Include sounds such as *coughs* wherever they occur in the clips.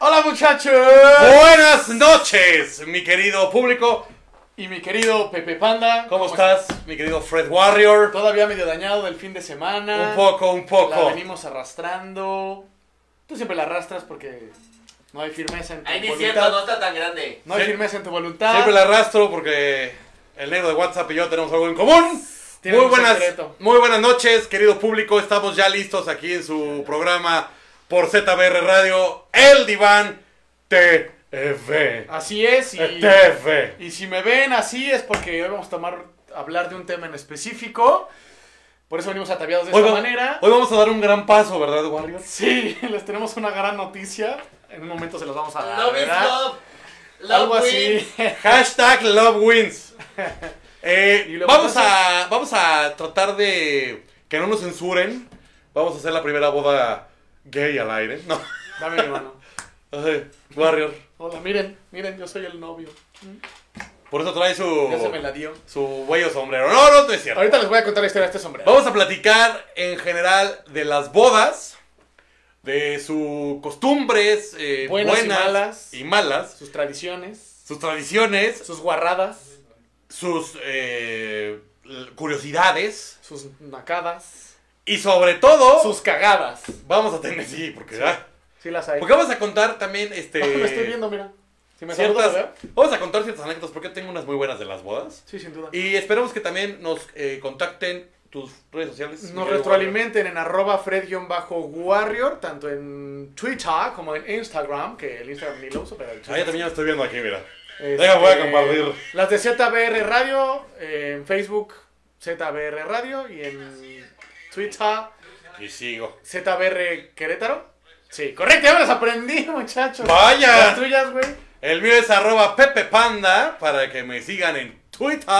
noches. Oh. Buenas noches, mi querido público. Y mi querido Pepe Panda. ¿Cómo estás, mi querido Fred Warrior? Todavía medio dañado del fin de semana. Un poco, un La poco. venimos arrastrando. Tú siempre la arrastras porque no hay firmeza en tu Ahí ni es cierto, no voluntad. está tan grande. No hay Sí. firmeza en tu voluntad. Siempre la arrastro porque el negro de WhatsApp y yo tenemos algo en común. Tienen Muy un buenas, secreto. muy buenas noches, querido público. Estamos ya listos aquí en su programa por ZBR Radio, El Diván TV. Así es. Y, TV. y si me ven así es porque hoy vamos a tomar, hablar de un tema en específico. Por eso venimos ataviados de Hoy, esta va- manera. hoy vamos a dar un gran paso, ¿verdad, Warrior? Sí, *laughs* les tenemos una gran noticia. En un momento se las vamos a dar. Love is Ah, ¿verdad? love. Algo Love wins. así. *laughs* Hashtag Love Wins. *laughs* Eh, Y luego vamos, a, vamos a tratar de que no nos censuren. Vamos a hacer la primera boda gay al aire. *laughs* No. Dame mi mano. Ay, Warrior. Hola, miren, miren, yo soy el novio. Por eso trae su, Ya se me la dio. su bello sombrero. No, no, no es cierto. Ahorita les voy a contar la historia de este sombrero. Vamos a platicar en general de las bodas, de sus costumbres eh, Buenas y malas. y malas, Sus tradiciones, sus tradiciones, sus guarradas, sus eh, l- curiosidades sus nacadas, y sobre todo sus cagadas. Vamos a tener, sí, porque, ah, Sí las hay. *laughs* porque vamos a contar también este. Ah, *laughs* me estoy viendo, mira. Si me saludas, ciertas, ¿verdad? vamos a contar ciertas anécdotas porque tengo unas muy buenas de las bodas. Sí, sin duda. Y esperamos que también nos eh, contacten tus redes sociales. mi Nos querido retroalimenten en arroba fred-warrior, tanto en Twitter como en Instagram, que el Instagram ni lo uso, pero el Warrior. Ah, ya también ya lo estoy viendo aquí, mira. Este, Venga, voy a compartir. Las de ZBR Radio, eh, en Facebook ZBR Radio y en Twitter Y sigo. ZBR Querétaro. Sí, correcto, ya me las aprendí, muchachos. ¡Vaya! Las tuyas, güey. El mío es arroba Pepe Panda para que me sigan en Twitter.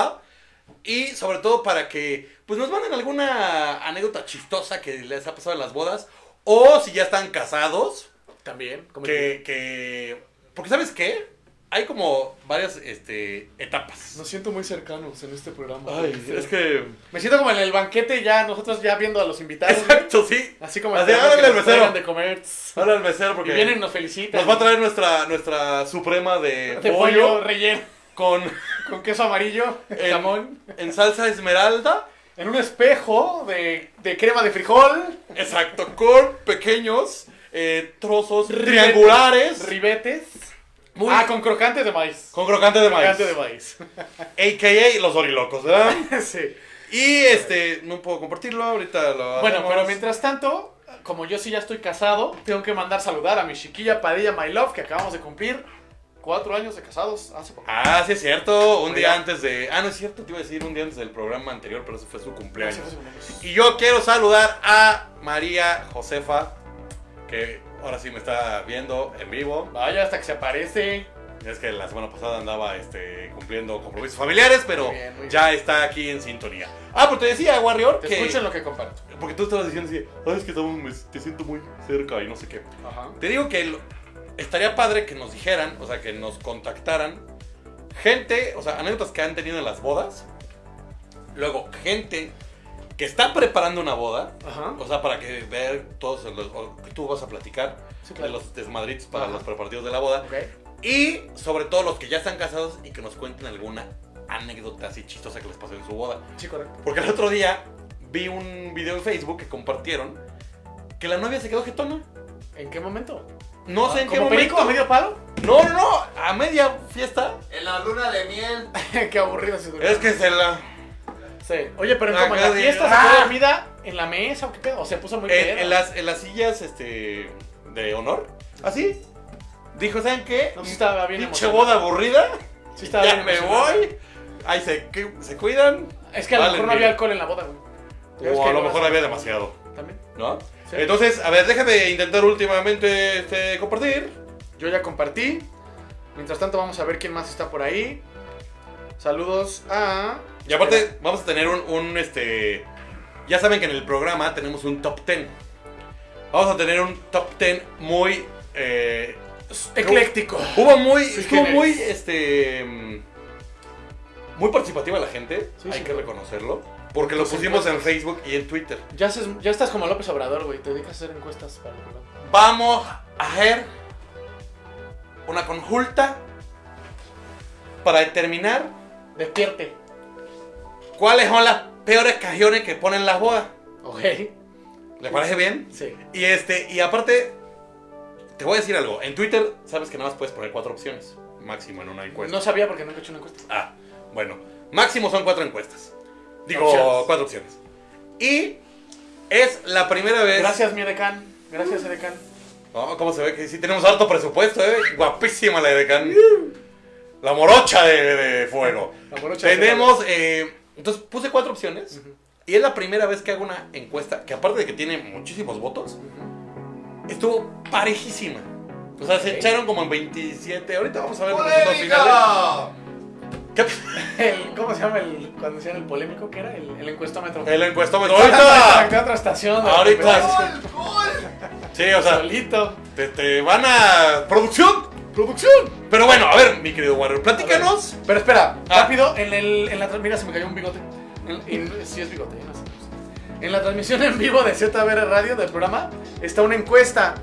Y sobre todo para que pues nos manden alguna anécdota chistosa que les ha pasado en las bodas. O si ya están casados. También. como que, que- Porque ¿sabes qué? Hay como varias este, etapas. Nos siento muy cercanos en este programa. Ay, es que... Me siento como en el banquete ya, nosotros ya viendo a los invitados. güey. Exacto, sí. Así como Así, esperando háblale que al nos mesero. traigan de comer. Ahora el mesero porque Y vienen y nos felicitan. nos va a traer nuestra, nuestra suprema de, de pollo pollo relleno *laughs* con con queso amarillo, en- jamón. en salsa esmeralda. En un espejo de, de crema de frijol. Exacto, con pequeños eh, trozos triangulares. Ribetes. Muy- Ah, con crocantes de maíz. con crocante de maíz. Crocante de maíz. *laughs* AKA los orilocos, ¿verdad? sí. y este, no puedo compartirlo, ahorita lo Bueno, hacemos. pero mientras tanto, como yo sí ya estoy casado, tengo que mandar saludar a mi chiquilla Padilla My Love, que acabamos de cumplir cuatro años de casados hace poco. Ah, sí es cierto, un día Oiga. antes de... Ah, no es cierto, te iba a decir un día antes del programa anterior, pero eso fue su cumpleaños. Hace menos. Y yo quiero saludar a María Josefa, que ahora sí me está viendo en vivo. Vaya, hasta que se aparece. Es que la semana pasada andaba este, cumpliendo compromisos familiares, pero Muy bien, muy bien. ya está aquí en sintonía. Ah, pero te decía, Warrior, Te que... escuchen lo que comparto. Porque tú estabas diciendo así, "Ay, es que estamos- me- te siento muy cerca y no sé qué. Ajá. Te digo que lo- estaría padre que nos dijeran, o sea, que nos contactaran gente, o sea, anécdotas que han tenido en las bodas. Luego, gente que está preparando una boda, Ajá. o sea, para que ver todos los o que tú vas a platicar Sí, de claro. los desmadritos para Ajá. los preparativos de la boda. Ok. Y sobre todo los que ya están casados y que nos cuenten alguna anécdota así chistosa que les pasó en su boda. Sí, correcto. Porque el otro día vi un video en Facebook que compartieron que la novia se quedó jetona. ¿En qué momento? No sé en qué Ah, ¿Como momento. perico a *laughs* medio palo? No, no, no, a media fiesta. En la luna de miel. qué aburrido se durmió. Es que se la. Sí. Oye, pero en como en Acá la de- fiesta se ¡Ah! quedó dormida en la mesa o qué pedo. O se puso muy En, pedo. en las, en las sillas este, de honor. Así. Dijo, ¿saben qué? No, sí estaba bien Pinche boda emocionada. aburrida. Sí, estaba Ya bien me emocionada. voy. Ahí se, que- se cuidan. Es que a lo Vale, mejor no mira. había alcohol en la boda, güey. Ya ves O que a lo luego mejor hacen- había demasiado. También. ¿No? Sí. Entonces, a ver, déjame intentar últimamente este, compartir. Yo ya compartí. Mientras tanto, vamos a ver quién más está por ahí. Saludos a. Y aparte, vamos a tener un, un, este. Ya saben que en el programa tenemos un top 10. Vamos a tener un top 10 muy. eh, Ecléctico. hubo muy. Sí, estuvo ¿quién muy, eres? este. mm, Muy participativa la gente. Sí, hay sí. que reconocerlo. Porque lo Tus pusimos en Facebook y en Twitter. Ya, haces- ya estás como López Obrador, güey. Te dedicas a hacer encuestas para el programa. Vamos a hacer una conjunta para determinar Despierte. cuáles son las peores canciones que ponen las bodas. Ok. ¿Le parece bien? Sí. Y este, y aparte, te voy a decir algo. En Twitter sabes que nada más puedes poner cuatro opciones. Máximo en una encuesta. No sabía porque nunca he hecho una encuesta. Ah, bueno. Máximo son cuatro encuestas. Digo, Opciones. cuatro opciones. Y es la primera vez. Gracias, mi edecán. Gracias, edecán. Oh, ¿Cómo se ve que sí tenemos harto presupuesto, eh? Guapísima la edecán. La morocha de, de *laughs* fuego. La morocha de Tenemos. eh, entonces puse cuatro opciones. Ujú. Y es la primera vez que hago una encuesta que, aparte de que tiene muchísimos votos, estuvo parejísima. O sea, se Ok. echaron como en 27. Ahorita vamos a pues, ver los resultados finales. ¡Polémica! ¿Qué? El, ¿Cómo se llama el cuando decían el polémico que era? El, el encuestómetro. El encuestómetro. Ahorita. ¡Ahorita! otra estación. Ahorita. ¡Gol! ¡Gol! Sí, o sea, Solito. te, te van a. ¡Producción! Producción. Pero bueno, a ver, mi querido Warrior, platícanos. Pero espera, Ah. rápido, en, el, en la tra- mira, se me cayó un bigote. En, en- sí es bigote, ya no sé. En la transmisión en vivo de ZBR Radio del programa está una encuesta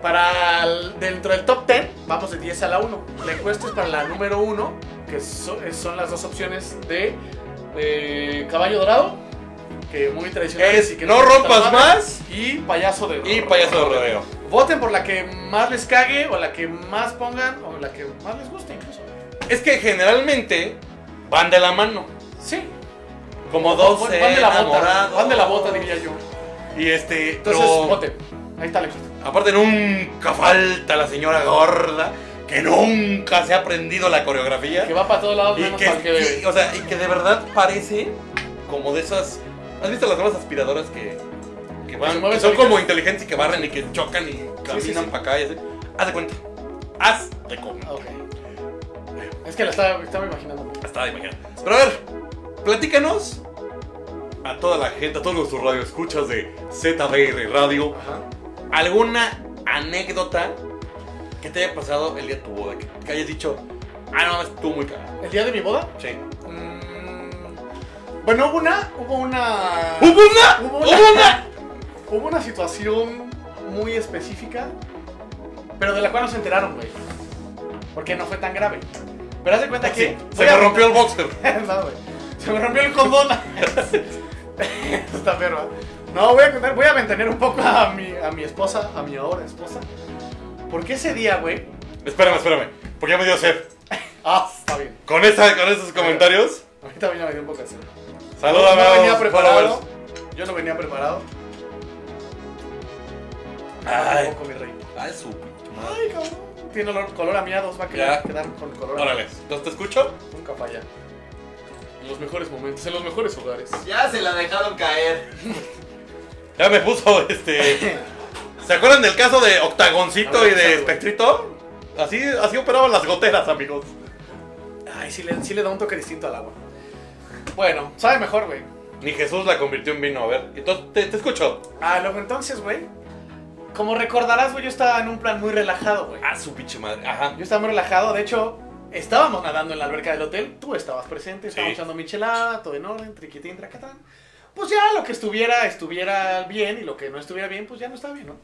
para el- dentro del top 10, vamos de 10 a la 1. La encuesta es para la número 1, que so- eh, son las dos opciones de eh, Caballo Dorado, que muy tradicional Es que eh, No le gusta rompas la madre, más. y Payaso de Y payaso de rodeo. Voten por la que más les cague o la que más pongan o la que más les guste incluso. Es que generalmente van de la mano. Sí, Como dos van, van de la bota, enamorados. van de la bota diría yo. Y este. Entonces, pero- voten. Ahí está la encuesta. Aparte, nunca falta la señora gorda que nunca se ha aprendido la coreografía. Que va para todos lados y, menos que, para el que bebe. y- o sea, y que de verdad parece como de esas. ¿Has visto las nuevas aspiradoras que, que van? se mueven que son solitas. como inteligentes y que barren y que chocan y caminan sí, sí. para acá y así. Haz de cuenta. Haz de cuenta. Ah, ok. Es que la estaba, estaba imaginando. Hasta imagínate. Pero a ver, platícanos a toda la gente, a todos nuestros radioescuchas de ZBR Radio, Ajá. alguna anécdota que te haya pasado el día de tu boda, que, que hayas dicho, ah, no, estuvo muy cagado. ¿El día de mi boda? Sí. Mm, bueno, hubo una. Hubo una. ¡Hubo una! Hubo una- ¡Hubo una! Hubo una situación muy específica, pero de la cual no se enteraron, güey. Porque no fue tan grave. Pero haz de cuenta que. Sí, voy se me a- rompió el boxer. *laughs* No, güey. Se me rompió el condón. *laughs* Está perro. ¿eh? No, voy a contar, voy a mantener un poco a mi, a mi esposa, a mi ahora esposa. Porque ese día, güey. Espérame, espérame, porque ya me dio sed. Ah, está bien. Con, esa, con esos comentarios, Ahorita también me dio un poco de sed. salúdame no a venía los preparado. followers. Yo no venía preparado. Ay. Un poco, mi rey. Ay, Ah, su Ay, cabrón. Tiene olor- color a miados, va a quedar, Ya. quedar con color. a Órale, entonces te escucho. miados. Nunca falla. En los mejores momentos, en los mejores hogares. Ya se la dejaron caer. Ya me puso *laughs* este. ¿Se acuerdan del caso de A Octagoncito ver, y de échalo. Espectrito? Así, así operaban las goteras, amigos. Ay, sí le, sí le da un toque distinto al agua. Bueno, sabe mejor, güey. Ni Jesús la convirtió en vino, a ver. Entonces, te, te escucho. Ah, luego entonces, güey. Como recordarás, güey, yo estaba en un plan muy relajado, güey. Ah, su pinche madre. Ajá. Yo estaba muy relajado, de hecho, estábamos nadando en la alberca del hotel, tú estabas presente, estábamos Sí. echando michelada, todo en orden, triquitín, tracatán. Pues ya lo que estuviera, estuviera bien, y lo que no estuviera bien, pues ya no está bien, ¿no?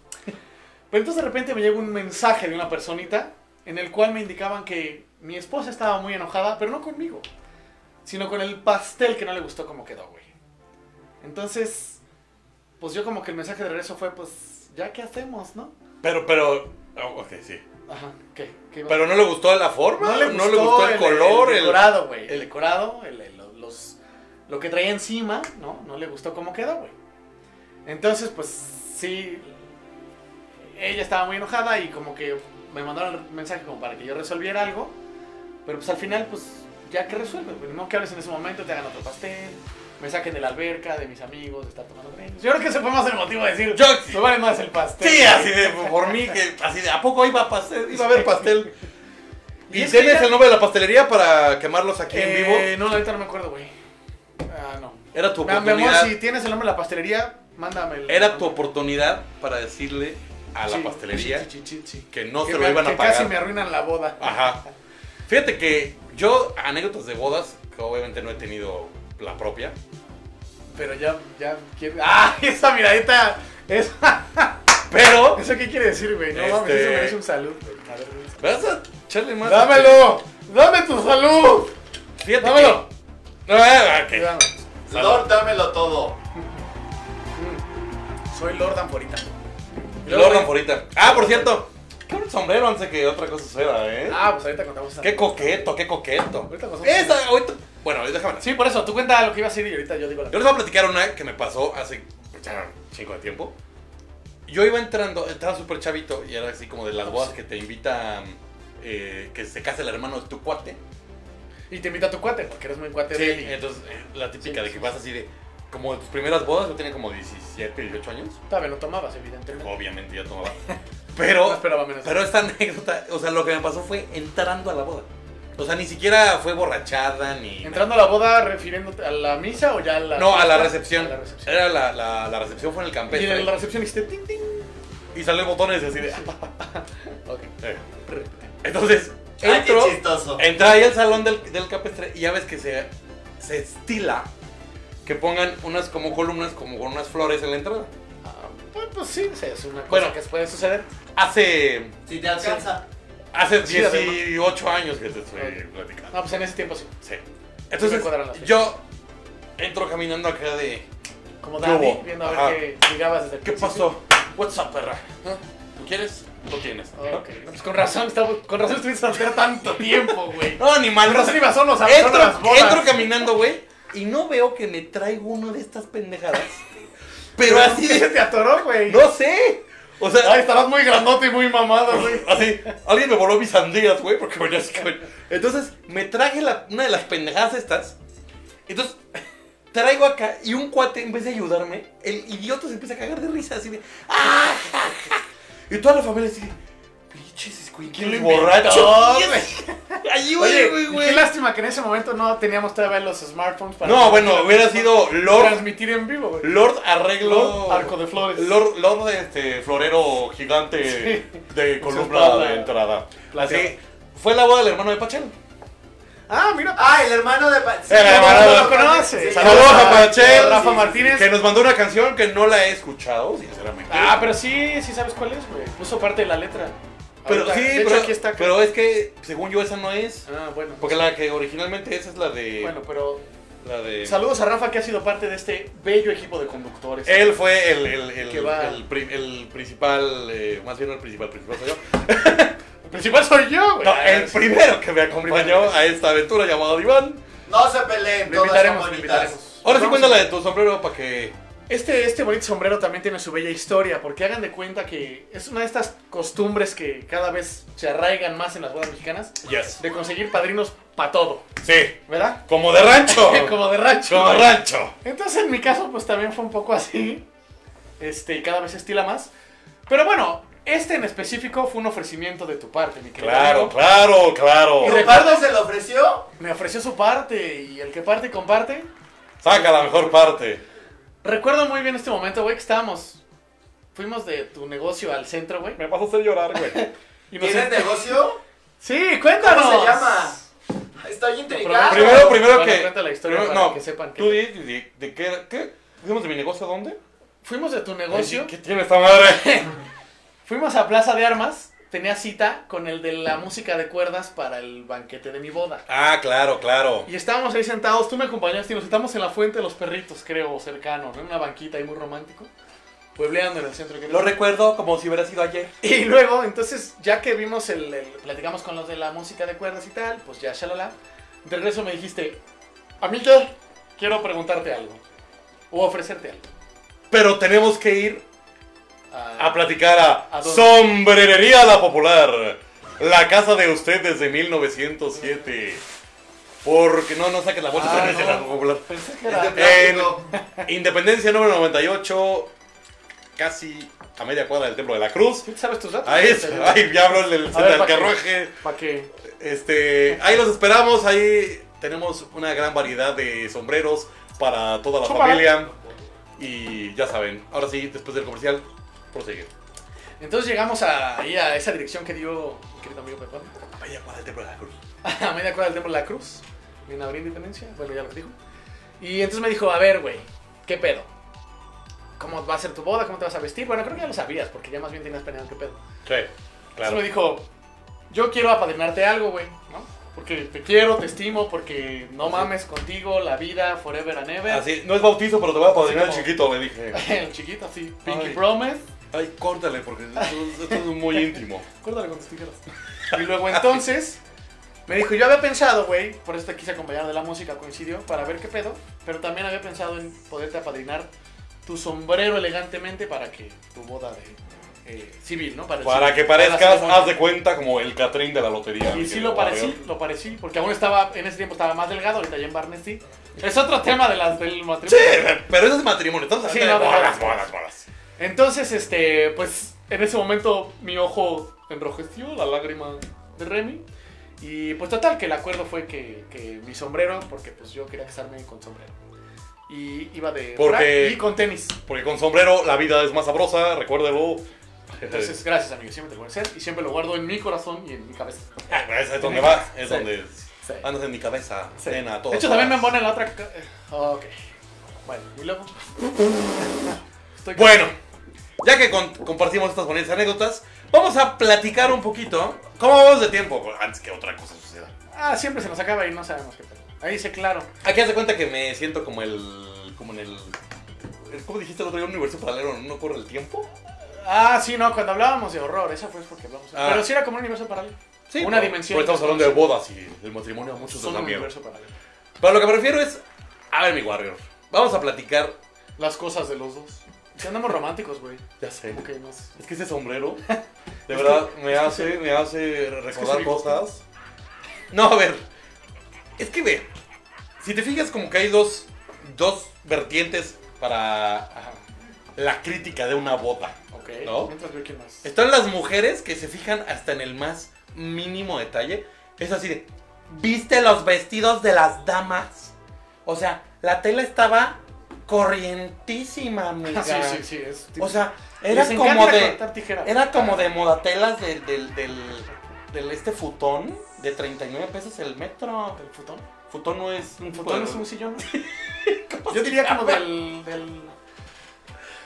Pero entonces de repente me llega un mensaje de una personita en el cual me indicaban que mi esposa estaba muy enojada, pero no conmigo, sino con el pastel que no le gustó como quedó, güey. Entonces, pues yo como que el mensaje de regreso fue, pues, ¿ya qué hacemos, no? Pero, pero. oh, ok, sí. Ajá, ¿qué? ¿Qué ibas a Pero no le gustó la forma, no le gustó, el, color, el, el. decorado, güey. El decorado, el- el- los, lo que traía encima, ¿no? No le gustó cómo quedó, güey. Entonces, pues sí, ella estaba muy enojada y como que me mandaron el mensaje como para que yo resolviera algo. Pero pues al final, pues ya que resuelves, güey. No que hables en ese momento, te hagan otro pastel, me saquen de la alberca, de mis amigos, de estar tomando drinks. Yo creo que ese fue más el motivo de decir, Yo- me vale más el pastel. Sí, así *laughs* de por mí, que así de. ¿A poco iba a, pastel, iba a haber *laughs* pastel? ¿Y, Y es que tienes ya- el nombre de la pastelería para quemarlos aquí en Eh, vivo? No, la neta no me acuerdo, güey. Ah, no. Era tu Mi amor, oportunidad. si tienes el nombre de la pastelería, mándame el. Era tu oportunidad para decirle a la Sí, pastelería sí, sí, sí, sí. que no Que se lo me- iban a que pagar. casi me arruinan la boda. Ajá. Fíjate que yo, anécdotas de bodas, que obviamente no he tenido la propia. Pero ya, ya. quiere- ¡Ah! Esa miradita. Esa- Pero, ¿Eso qué quiere decir, güey? No Este- mames, eso merece un saludo. güey. A ver, güey. Vas a echarle más. ¡Dámelo! ¡Dame tu salud! Fíjate ¡Dámelo! que- No, eh, ok. Dame. Salud. Lord, dámelo todo. Soy Lord Amporita. El orden por ahorita. Ah, por cierto. Qué buen sombrero antes que otra cosa suceda, eh. Ah, pues ahorita contamos esa. Qué coqueto, qué coqueto. Ahorita pasamos. Esa, ahorita. Bueno, déjame. Sí, por eso, tú cuenta lo que iba a decir y ahorita yo digo la. Yo les voy a platicar una que me pasó hace ya, un chingo de tiempo. Yo iba entrando, estaba súper chavito y era así como de las Ah, bodas que te invita eh, que se case el hermano de tu cuate. Y te invita a tu cuate, porque eres muy cuate Sí, de él. y- entonces eh, la típica Sí, de sí, que vas así de. Como de tus primeras bodas, yo tenía como 17, 18 años. Todavía no tomabas, evidentemente. Obviamente ya tomaba. No Pero, esperaba menos. pero esta anécdota, o sea, lo que me pasó fue entrando a la boda. O sea, ni siquiera fue borrachada ni. nada. Entrando a la boda, refiriéndote a la misa o ya a la. No, a la fiesta? recepción. A la recepción. Era la, la- la recepción fue en el Y campestre. en la recepción hiciste ting ting. Y salió botones así de. *laughs* Ok. Eh. Entonces, Ay, qué entro, chistoso. Eh, entra ahí al salón del, del campestre y ya ves que se, se estila que pongan unas como columnas, como con unas flores en la entrada. Ah, pues, pues sí, sí, es una cosa Bueno. que puede suceder. Hace, Si te alcanza. hace Sí, 18 años que te estoy Ok. platicando. No, pues en ese tiempo sí. Sí. me Entonces, cuadran las fechas. yo entro caminando acá de. Como ¿Qué Dani, hubo? viendo a Ajá. ver qué llegabas desde el ¿Qué principio. pasó? What's up, perra? ¿Ah? ¿Lo quieres? Lo tienes. ¿no? Ok, no, pues con razón, estaba- con razón estuviste soltero tanto *laughs* tiempo, güey. No, animal, Con razón iba solo, o sea, solo Entro, las bodas. entro caminando, güey, y no veo que me traigo uno de estas pendejadas. *laughs* Pero así se de. te atoró, güey. No sé. O sea, Ay, estarás muy grandote y muy mamado, güey. así. Alguien me voló mis sandías, güey, porque venía así, cabrón. Entonces, me traje la- una de las pendejadas estas. Entonces, traigo acá, y un cuate, en vez de ayudarme, el idiota se empieza a cagar de risa, así de. ¡Ah! ja, ja". Y toda la familia así de. Pinches ¿Quién lo escuincles invitó, borrachos. güey? Allí, Oye, güey, y güey. qué lástima que en ese momento no teníamos todavía los smartphones para... No, bueno, hubiera sido Lord Transmitir en vivo, güey. Lord arreglo. Arco de flores. Lord, Lord este, florero gigante *laughs* de columna Espada. de entrada. Plateada. Así, fue la boda del hermano de Pachel. Ah, mira. Ah, el hermano de. Pa- sí, El ya hermano lo de- conoce, conoce. sí, Saludos ya lo a sabe. Pachel, Rafa Sí, sí, Martínez. Que nos mandó una canción que no la he escuchado, sinceramente. Ah, pero sí, sí sabes cuál es, güey. Puso parte de la letra. Pero Ahorita- sí, de hecho, pero, aquí está. pero es que según yo esa no es. Ah, bueno. Porque la que originalmente esa es la de. Bueno, pero la de. saludos a Rafa que ha sido parte de este bello equipo de conductores. Él fue el, el, el- Que va. el pri- el principal, eh, más bien no el principal, principal soy yo. El principal soy yo, güey. No, el primero que me acompañó Primero. a esta aventura llamado Iván. No se peleen, Lo todas son invitaremos, lo bonitas. invitaremos. Ahora sí Vamos a- cuéntale de tu sombrero para que. Este, este bonito sombrero también tiene su bella historia, porque hagan de cuenta que es una de estas costumbres que cada vez se arraigan más en las bodas mexicanas, Yes. de conseguir padrinos para todo, Sí. ¿verdad? *laughs* Como de rancho. *laughs* Como de rancho. Como de rancho. Entonces en mi caso pues también fue un poco así, este, y cada vez se estila más. Pero bueno, este en específico fue un ofrecimiento de tu parte, mi querido. Claro, amigo. claro, claro. Y de- ¿Ricardo se lo ofreció? Me ofreció su parte y el que parte y comparte. Saca la mejor parte. Recuerdo muy bien este momento, güey, que estábamos, fuimos de tu negocio al centro, güey. Me vas a hacer llorar, güey. y nos ¿Tienes negocio? Sí, cuéntanos. ¿Cómo se llama? Estoy intrigado. primero, primero Bueno, que. cuenta la historia primero- para no, que *laughs* sepan Tú que- di, di- di- de qué. ¿Qué? ¿Fuimos de mi negocio a dónde? Fuimos de tu negocio, Ay, ¿Qué tiene esta *laughs* madre? fuimos a Plaza de Armas, tenía cita con el de la música de cuerdas para el banquete de mi boda. Ah, claro, claro. Y estábamos ahí sentados, tú me acompañaste y nos sentamos en la Fuente de los Perritos, creo, cercano, ¿no? en una banquita ahí muy romántico, puebleando en el centro. de Lo Querétaro. recuerdo como si hubiera sido ayer. Y luego, entonces, ya que vimos el, el- platicamos con los de la música de cuerdas y tal, pues ya, shalala. De regreso me dijiste, a mí qué, quiero preguntarte algo, o ofrecerte algo. Pero tenemos que ir Ah, a platicar a, ¿A dónde? Sombrerería La Popular, la casa de usted desde 1907. Porque no, no saques la bolsa Ah, Sombrerería no. La Popular. pensé que Es de era... plástico. Independencia número 98, casi a media cuadra del Templo de la Cruz. ¿Tú sabes tus datos? Ahí es, ahí ya habló el del, A ver, del ¿pa' qué? carruaje. ¿Para qué? Este, ahí los esperamos, ahí tenemos una gran variedad de sombreros para toda la Chúpala. familia. Y ya saben, ahora sí, después del comercial, prosigue. Entonces llegamos a, ahí a esa dirección que dio mi querido amigo Pepón, A media cuadra del Templo de la Cruz. *laughs* a media cuadra del Templo de la Cruz, en Abril Independencia, bueno, ya lo dijo. Y entonces me dijo, a ver, güey, ¿qué pedo? ¿Cómo va a ser tu boda? ¿Cómo te vas a vestir? Bueno, creo que ya lo sabías, porque ya más bien tenías planeado qué pedo. Sí, Entonces me dijo, yo quiero apadrinarte algo, güey, ¿no? Porque te quiero, te estimo, porque no mames contigo, la vida, forever and ever. Así, no es bautizo, pero te voy a apadrinar el como- chiquito, le dije. *laughs* El chiquito, así. Pinky Ay. Promise. Ay, córtale, porque esto, esto es muy íntimo. Córtale con tus tijeras. Y luego entonces me dijo, yo había pensado, güey, por eso te quise acompañar de la música, coincidió, para ver qué pedo, pero también había pensado en poderte apadrinar tu sombrero elegantemente para que tu boda de eh, civil, ¿no? Para el civil, que la parezcas, ceremonia. haz de cuenta, como el Catrín de la lotería. Y sí lo parecí, lo parecí, porque aún estaba, en ese tiempo estaba más delgado, ahorita ya embarnecí. Es otro tema de las, del matrimonio. Sí, pero eso es matrimonio. Entonces, Sí, no, no, bolas, no. bolas, bolas. Entonces, este, pues en ese momento mi ojo enrojeció, la lágrima de Remy. Y pues total, que el acuerdo fue que, que mi sombrero, porque pues yo quería casarme con sombrero. Y iba de Porque- frac y con tenis. Porque con sombrero la vida es más sabrosa, recuérdelo. Entonces, gracias amigo, siempre te lo voy a hacer y siempre lo guardo en mi corazón y en mi cabeza. *laughs* Ah, es es donde vas, es Sí. donde Sí. andas en mi cabeza, Sí. cena, todo. de hecho, también me embona en la otra... ca- Ok. Bueno, y luego... *laughs* Estoy Bueno, ya que con- compartimos estas bonitas anécdotas, vamos a platicar un poquito. ¿Cómo vamos de tiempo? Antes que otra cosa suceda. Ah, siempre se nos acaba y no sabemos qué tal. Ahí dice claro. Aquí hace cuenta que me siento como el. como en el. el- ¿Cómo dijiste el otro día? Un universo paralelo, no corre el tiempo. Ah, sí, no, cuando hablábamos de horror, esa fue porque hablamos. de- Ah. Pero sí era como un universo paralelo. una pero- dimensión. pero estamos hablando de bodas y del matrimonio a muchos les Son da un miedo. universo paralelo. Pero lo que prefiero es. A ver, mi Warrior. Vamos a platicar. Las cosas de los dos. Si andamos románticos, güey. Ya sé. Como que más. Es que ese sombrero, *laughs* de verdad, me hace, me hace recordar soy bigote. cosas. No, a ver. Es que ve. Si te fijas como que hay dos, dos vertientes para Ajá. la crítica de una boda. Ok. ¿No? Mientras veo quién más. Están las mujeres que se fijan hasta en el más mínimo detalle. Es así de, ¿viste los vestidos de las damas? O sea, la tela estaba corrientísima, amiga. Ah, *laughs* *laughs* sí, sí, sí. Es tipo- O sea, Les era encanta como de... cortar tijera. Era como de modatelas del, del, del, del este futón de 39 pesos el metro. ¿Del futón? Futón no es un ¿Un tipo futón de- es un *laughs* sillón? Yo diría como del. del...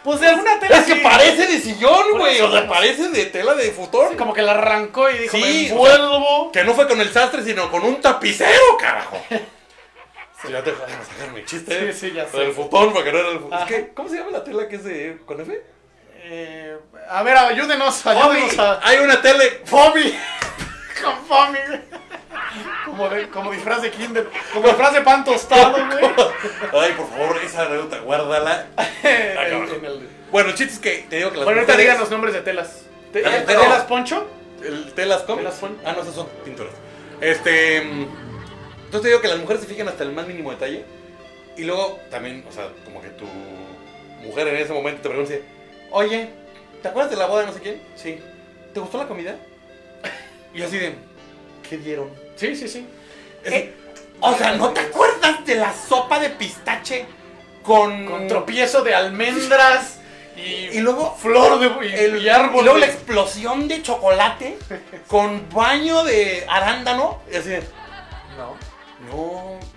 Pues de alguna tela. Es que sí. parece de sillón, Por güey. eso, O sea, no. parece de tela de futón. Como que la arrancó y dijo: Sí, Me o sea- envuelvo. Que no fue con el sastre, sino con un tapicero, carajo. *laughs* Sí, ya te dejaron sacar mi chiste. Sí, sí, ya El sé. futón, porque no era el futón. Ajá. Es que, ¿Cómo se llama la tela que es de. con F? Eh, a ver, ayúdenos. Ayúdenos a. Hay una tele. ¡Fomi! Con Fomi, güey. Como, de- como disfraz de Kinder. Como disfraz de pan tostado, güey. Ay, por favor, esa anécdota, guárdala. En el- cabrón. en el- Bueno, el chiste es que te digo que las Bueno, ahorita mujeres- digan los nombres de telas. Te- Las eh, telas. ¿Telas Poncho? El telas con. Telas con. Ah, no, esas son pinturas. Este. mm, Entonces te digo que las mujeres se fijan hasta el más mínimo detalle. Y luego también, o sea, como que tu mujer en ese momento te pregunte: Oye, ¿te acuerdas de la boda de no sé quién? Sí. ¿Te gustó la comida? Y yo así de: ¿Qué dieron? Sí, sí, sí. Es- O sea, ¿no te acuerdas de la sopa de pistache con. Con tropiezo de almendras y, Y luego. flor de, y, el y árbol. y luego la de- explosión de chocolate con baño de arándano. Y así de, No. No,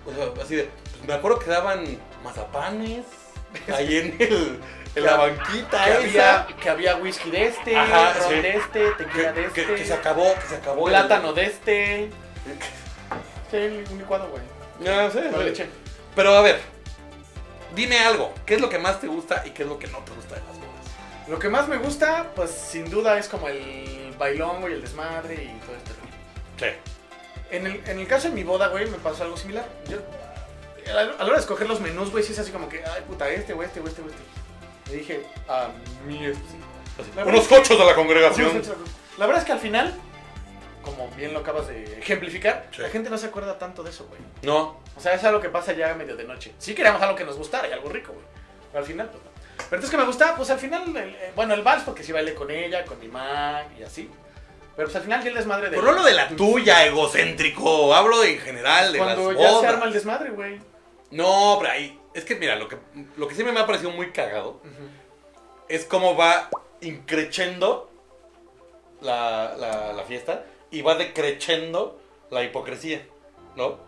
o sea, así de. pues, me acuerdo que daban mazapanes ahí en el. en la banquita Que esa. había, que había whisky de este, Ajá, ron sí. de este, tequila de Que, este, que- que se acabó, que se acabó. el- plátano de este. Sí, un licuado, güey. No sé, Con sí. leche. Pero a ver, dime algo. ¿Qué es lo que más te gusta y qué es lo que no te gusta de las bodas? Lo que más me gusta, pues sin duda es como el bailongo y el desmadre y todo este esto. Sí. En el, en el caso de mi boda, güey, me pasó algo similar. Yo, a la a la hora de escoger los menús, güey, sí es así como que, ay, puta, este, güey, este, güey, este, güey, este. Le dije, a mí, este, sí. La verdad- Unos cochos de la congregación. La verdad es que al final, como bien lo acabas de ejemplificar, Sí. la gente no se acuerda tanto de eso, güey. No. O sea, es algo que pasa ya a medio de noche. Sí queríamos algo que nos gustara y algo rico, güey. Pero al final, pues no. Pero entonces que me gustaba, pues al final, el- eh, bueno, el vals, porque sí bailé con ella, con mi mamá y así. Pero pues al final ya el desmadre de... Pero no lo de la tuya, egocéntrico. Hablo en general de Cuando las ya bodas. se arma el desmadre, güey. No, pero ahí. Es que mira, lo que, lo que siempre me ha parecido muy cagado es cómo va increchendo la, la, la fiesta y va decrechendo la hipocresía, ¿no?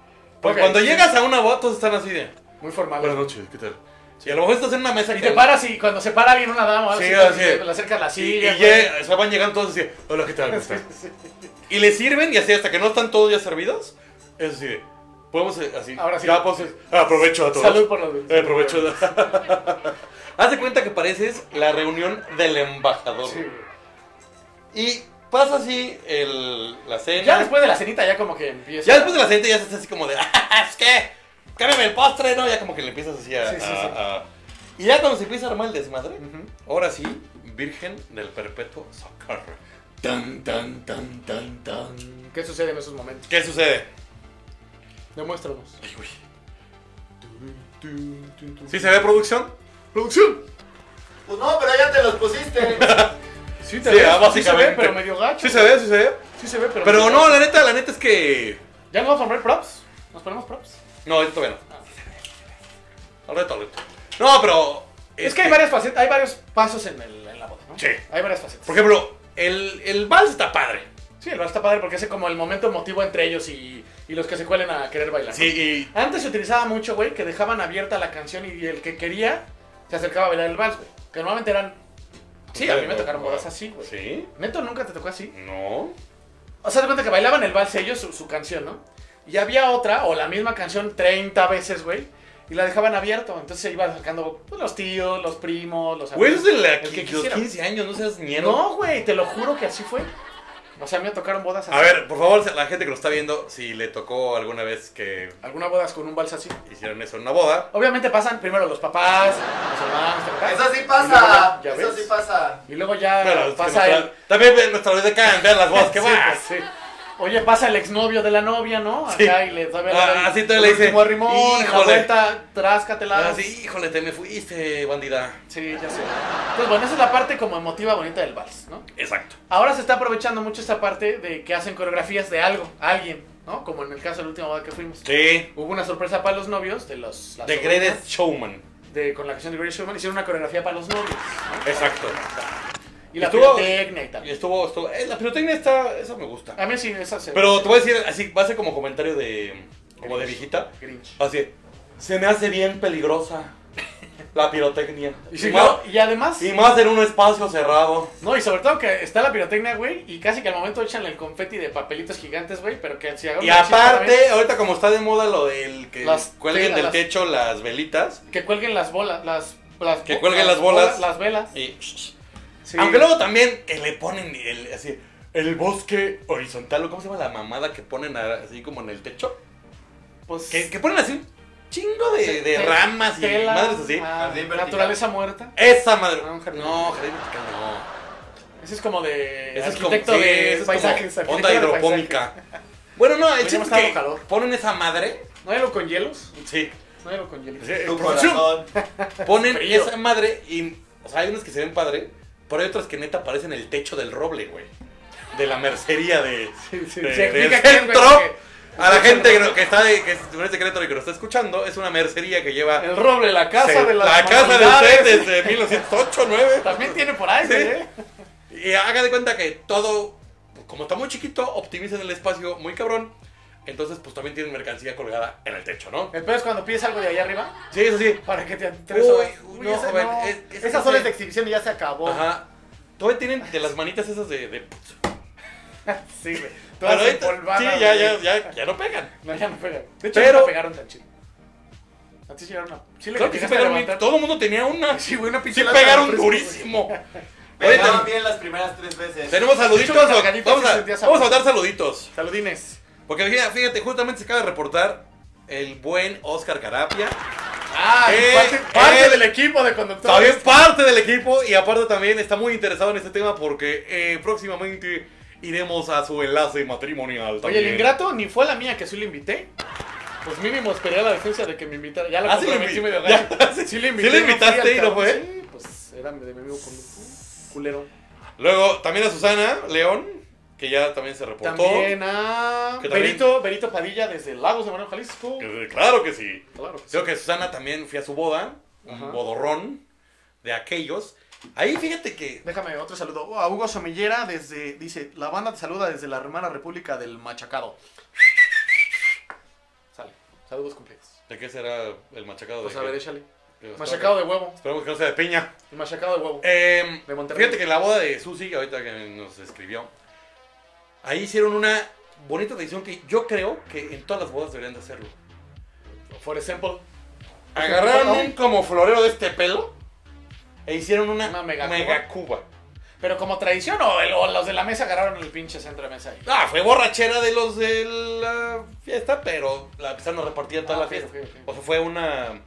Porque Ok, cuando sí. llegas a una boda, todos están así de. Muy formal. Buenas noches, ¿qué tal? Si a lo mejor estás en una mesa Y que- te paras y cuando se para bien una dama, Sí, sí, así. le acercas la y- silla. y güey. llega- o sea, van llegando todos así, hola, ¿qué tal? ¿Cómo *laughs* estás?" Y le sirven y así hasta que no están todos ya servidos, es así, de, podemos eh, así, Ahora sí. ya, pues, eh, aprovecho a todos. Salud por los Eh, aprovecho. *laughs* de- Haz de cuenta que pareces la reunión del embajador. Sí, güey. Eh, Y pasa así el, la cena. Ya después de la cenita ya como que empieza. Ya después de la gente ya se hace así como de, "Ah, es que, cámbiame el postre, ¿no? Ya como que le empiezas así a... Sí, sí, sí. a- a- Y ya cuando se empieza a armar el desmadre, Ujú. ahora sí, Virgen del Perpetuo Socorro. Tan, tan, tan, tan, tan. ¿Qué sucede en esos momentos? ¿Qué sucede? Demuéstranos. Ay, güey. ¿Sí se ve producción? ¡Producción! Pues no, pero ya te los pusiste. Sí, te Sí, ves, ah, sí se ve, básicamente. pero medio gacho. Sí se ve, sí se ve. Sí se ve, pero. Pero medio no, gacho. la neta, la neta es que... ¿Ya nos vamos a poner props? ¿Nos ponemos props? No, esto todavía Ah, no. Al rato, al rato. No, pero... este, Es que hay varias facetas, hay varios pasos en, el, en la boda, ¿no? Sí. Hay varias facetas. Por ejemplo, el, el vals está padre. Sí, el bar está padre porque es como el momento emotivo entre ellos y, y los que se cuelen a querer bailar. Sí, y Antes se utilizaba mucho, güey, que dejaban abierta la canción y el que quería se acercaba a bailar el vals, güey. Que normalmente eran. Sí, a mí me tocaron bodas así, güey. ¿Sí? Neto nunca te tocó así. No. O sea, te cuenta que bailaban el vals ellos, su, su canción, ¿no? Y había otra, o la misma canción 30 veces, güey. Y la dejaban abierto. Entonces se iban sacando pues, los tíos, los primos, los Güey, eso es de la- el que los quisiera. 15 años, no seas miedo. No, güey, te lo juro que así fue. O sea, a mí me tocaron bodas así. A ver, por favor, la gente que lo está viendo, si le tocó alguna vez que Algunas bodas con un vals así. hicieron eso en una boda. Obviamente pasan primero los papás, los hermanos, te papás, Eso sí Ya- pasa. ya Eso ves. sí pasa. Y luego ya Bueno, es que Ah, pasa nuestra- el. También ve- nuestra vez de acá, vean las *laughs* bodas, ¿qué Sí, más? pues, sí. Oye, pasa el exnovio de la novia, ¿no? Acá Sí. y le todavía Ah, le da el- así todavía el le dice, último arrimón, en la "Híjole". vuelta, tráscatela. Ah, sí, híjole, te me fuiste, bandida. Sí, ya sé. Entonces, bueno, esa es la parte como emotiva bonita del vals, ¿no? Exacto. Ahora se está aprovechando mucho esta parte de que hacen coreografías de algo, alguien, ¿no? Como en el caso de la última boda que fuimos. Sí. Hubo una sorpresa para los novios de los... las The sobrinas, Greatest Showman. de- con la canción de Greatest Showman hicieron una coreografía para los novios. ¿no? Exacto. Y la Estuvo- pirotecnia y tal. Y estuvo, estuvo. eh, la pirotecnia está, esa me gusta. A mí sí, esa se... Ah, Pero te voy a decir, así, va a ser como comentario de. como de viejita. Grinch. Así, se me hace bien peligrosa la *laughs* pirotecnia. Y, sí, más, no, y además... y más en un espacio cerrado. No, y sobre todo que está la pirotecnia, güey, y casi que al momento echan el confeti de papelitos gigantes, güey, pero que si hagan Y una chispa también, aparte, ahorita como está de moda lo del que Las cuelguen velas, del las- techo las velitas. Que cuelguen las bolas, las... las Que cuelguen las bolas. Las velas. Y, Sí. Aunque luego también que le ponen el, así, el bosque horizontal, o cómo se llama la mamada que ponen a- así como en el techo. Pues, Que, que ponen así un chingo de, de te- ramas y tela, madres así. ah, Jardín vertical. naturaleza muerta. Esa madre. Ah, un jardín. No, jardín vertical no. Ese es como Ese de es como- arquitecto sí, de ese es paisajes. como arquitecto onda de Pues hidropónica. Bueno, no, el Oye, chiste me es está dando que calor. ponen esa madre. paisajes. ¿No hay algo con hielos? Sí. No hay algo con hielos. Eh, Tu Producción. corazón. Ponen Frío. esa madre y. O sea, hay unas que se ven padre, pero hay otras que neta parecen el techo del roble, güey. De la mercería de. *laughs* Sí, sí, de- se del explica quién, güey, centro. porque- A la gente que, no- que está de, que es de secreto y que lo está escuchando, es una mercería que lleva. El roble, la casa se- de las la casa de manualidades. usted desde 1908, 9. También tiene por ahí, Sí. güey, ¿eh? Y haga de cuenta que todo, pues, como está muy chiquito, optimizan el espacio muy cabrón. Entonces, pues también tienen mercancía colgada en el techo, ¿no? El peor es cuando pides algo de allá arriba Sí, eso sí. para que te entres. Uy, horas. uy, Uy, no, ese joven, no. es- es- Esas es- son las de exhibición y ya se acabó. Ajá. Todavía tienen de las manitas esas de. de Sí, güey. Pero Todas ahorita- empolvadas. sí, ya, ya, güey. ya, ya no pegan. No, ya no pegan. De hecho, Pero- no pegaron tan chido. A ti sí llegaron a. Sí, le Claro que sí llegaste a pegaron bien. levantar. Todo el mundo tenía una. Sí, güey, una Sí pinche lata de pegaron refresco, güey. *laughs* durísimo. Pegaron Ahorita- bien las primeras tres veces. Tenemos saluditos. Échale Vamos a, salgadita, sí sentía sabor. vamos a dar saluditos. Saludines. Porque fíjate, fíjate, justamente se acaba de reportar el buen Oscar Carapia. Ah, Eh, parte, parte eh, del equipo de conductores. También parte del equipo y aparte también está muy interesado en este tema porque eh, próximamente iremos a su enlace matrimonial Oye, también. el ingrato ni fue la mía que sí lo invité. Pues mínimo esperé la defensa de que me invitara. Ya la Ah, sí lo comprometí invi- medio *laughs* ya, gallo. Sí lo invité. ¿Sí lo fui invitaste al y no cabrón. fue? Sí, pues era de mi amigo conductor. Culero. Luego también a Susana León, que ya también se reportó. También a Que también- Berito, Berito Padilla desde Lagos de Moreno, Jalisco. Eh, Claro que sí. Claro. que sí. Creo que Susana también fui a su boda, un Ajá. bodorrón de aquellos. Ahí fíjate que Déjame otro saludo. Oh, A Hugo Somillera desde, dice, la banda te saluda desde la hermana República del Machacado. Sale. Saludos completos. ¿De qué será el machacado? Pues de a ver, qué? échale. Digo, Machacado de huevo. Esperemos que no sea de piña. El machacado de huevo. Eh, De Monterrey. fíjate que en la boda de Susi, ahorita que nos escribió, ahí hicieron una bonita tradición que yo creo que en todas las bodas deberían de hacerlo. For example. Agarraron un como florero de este pelo e hicieron una, Una mega, mega cuba. Pero como tradición o, el- o los de la mesa agarraron el pinche centro de mesa ahí. Ah, fue borrachera de los de la fiesta, pero la empezaron a repartir en toda Ah, la ok, fiesta. ok, ok. O sea, fue una...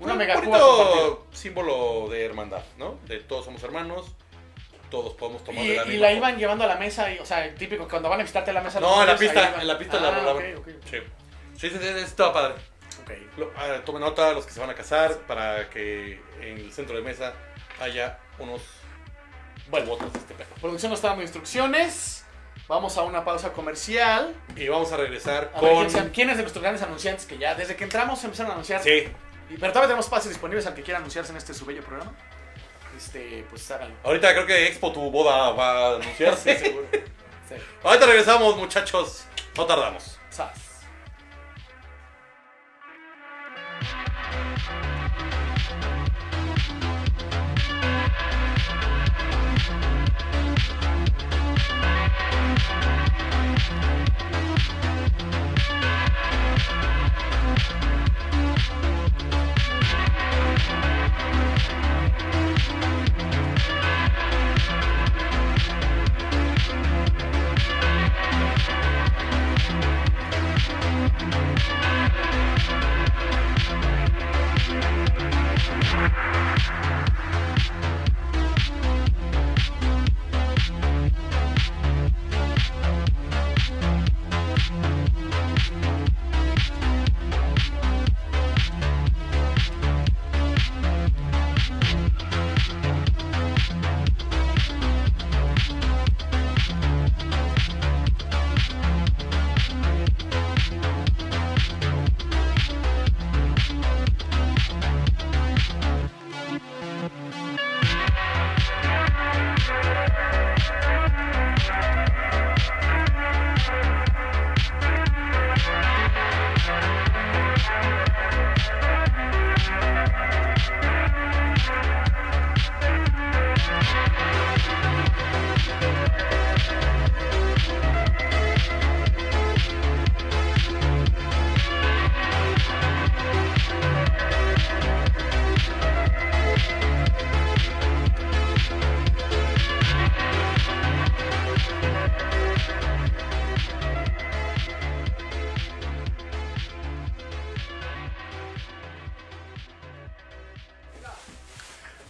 Una un mega bonito cuba compartida. símbolo de hermandad, ¿no? De todos somos hermanos, todos podemos tomar Y, de la y misma la copa. iban llevando a la mesa, y, o sea, el típico, cuando van a visitarte a la mesa. No, en la los niños, ahí pista, van. en la pista Ah, la rolaban. ok, ok. Sí. Sí, sí, sí, sí, estaba padre. Ok. Lo- ah, tomen nota los que se van a casar para que en el centro de mesa haya unos botas de este perro. Producción nos está dando instrucciones. Vamos a una pausa comercial. Y vamos a regresar A ver con. quién sean- quiénes de nuestros grandes anunciantes que ya desde que entramos se empezaron a anunciar. Sí, Y- Pero todavía tenemos pases disponibles al que quiera anunciarse en este su bello programa. Este, pues háganlo. ahorita creo que Expo tu boda va a anunciarse. seguro. *laughs* Sí. *laughs* ahorita regresamos, muchachos. No tardamos. Sas.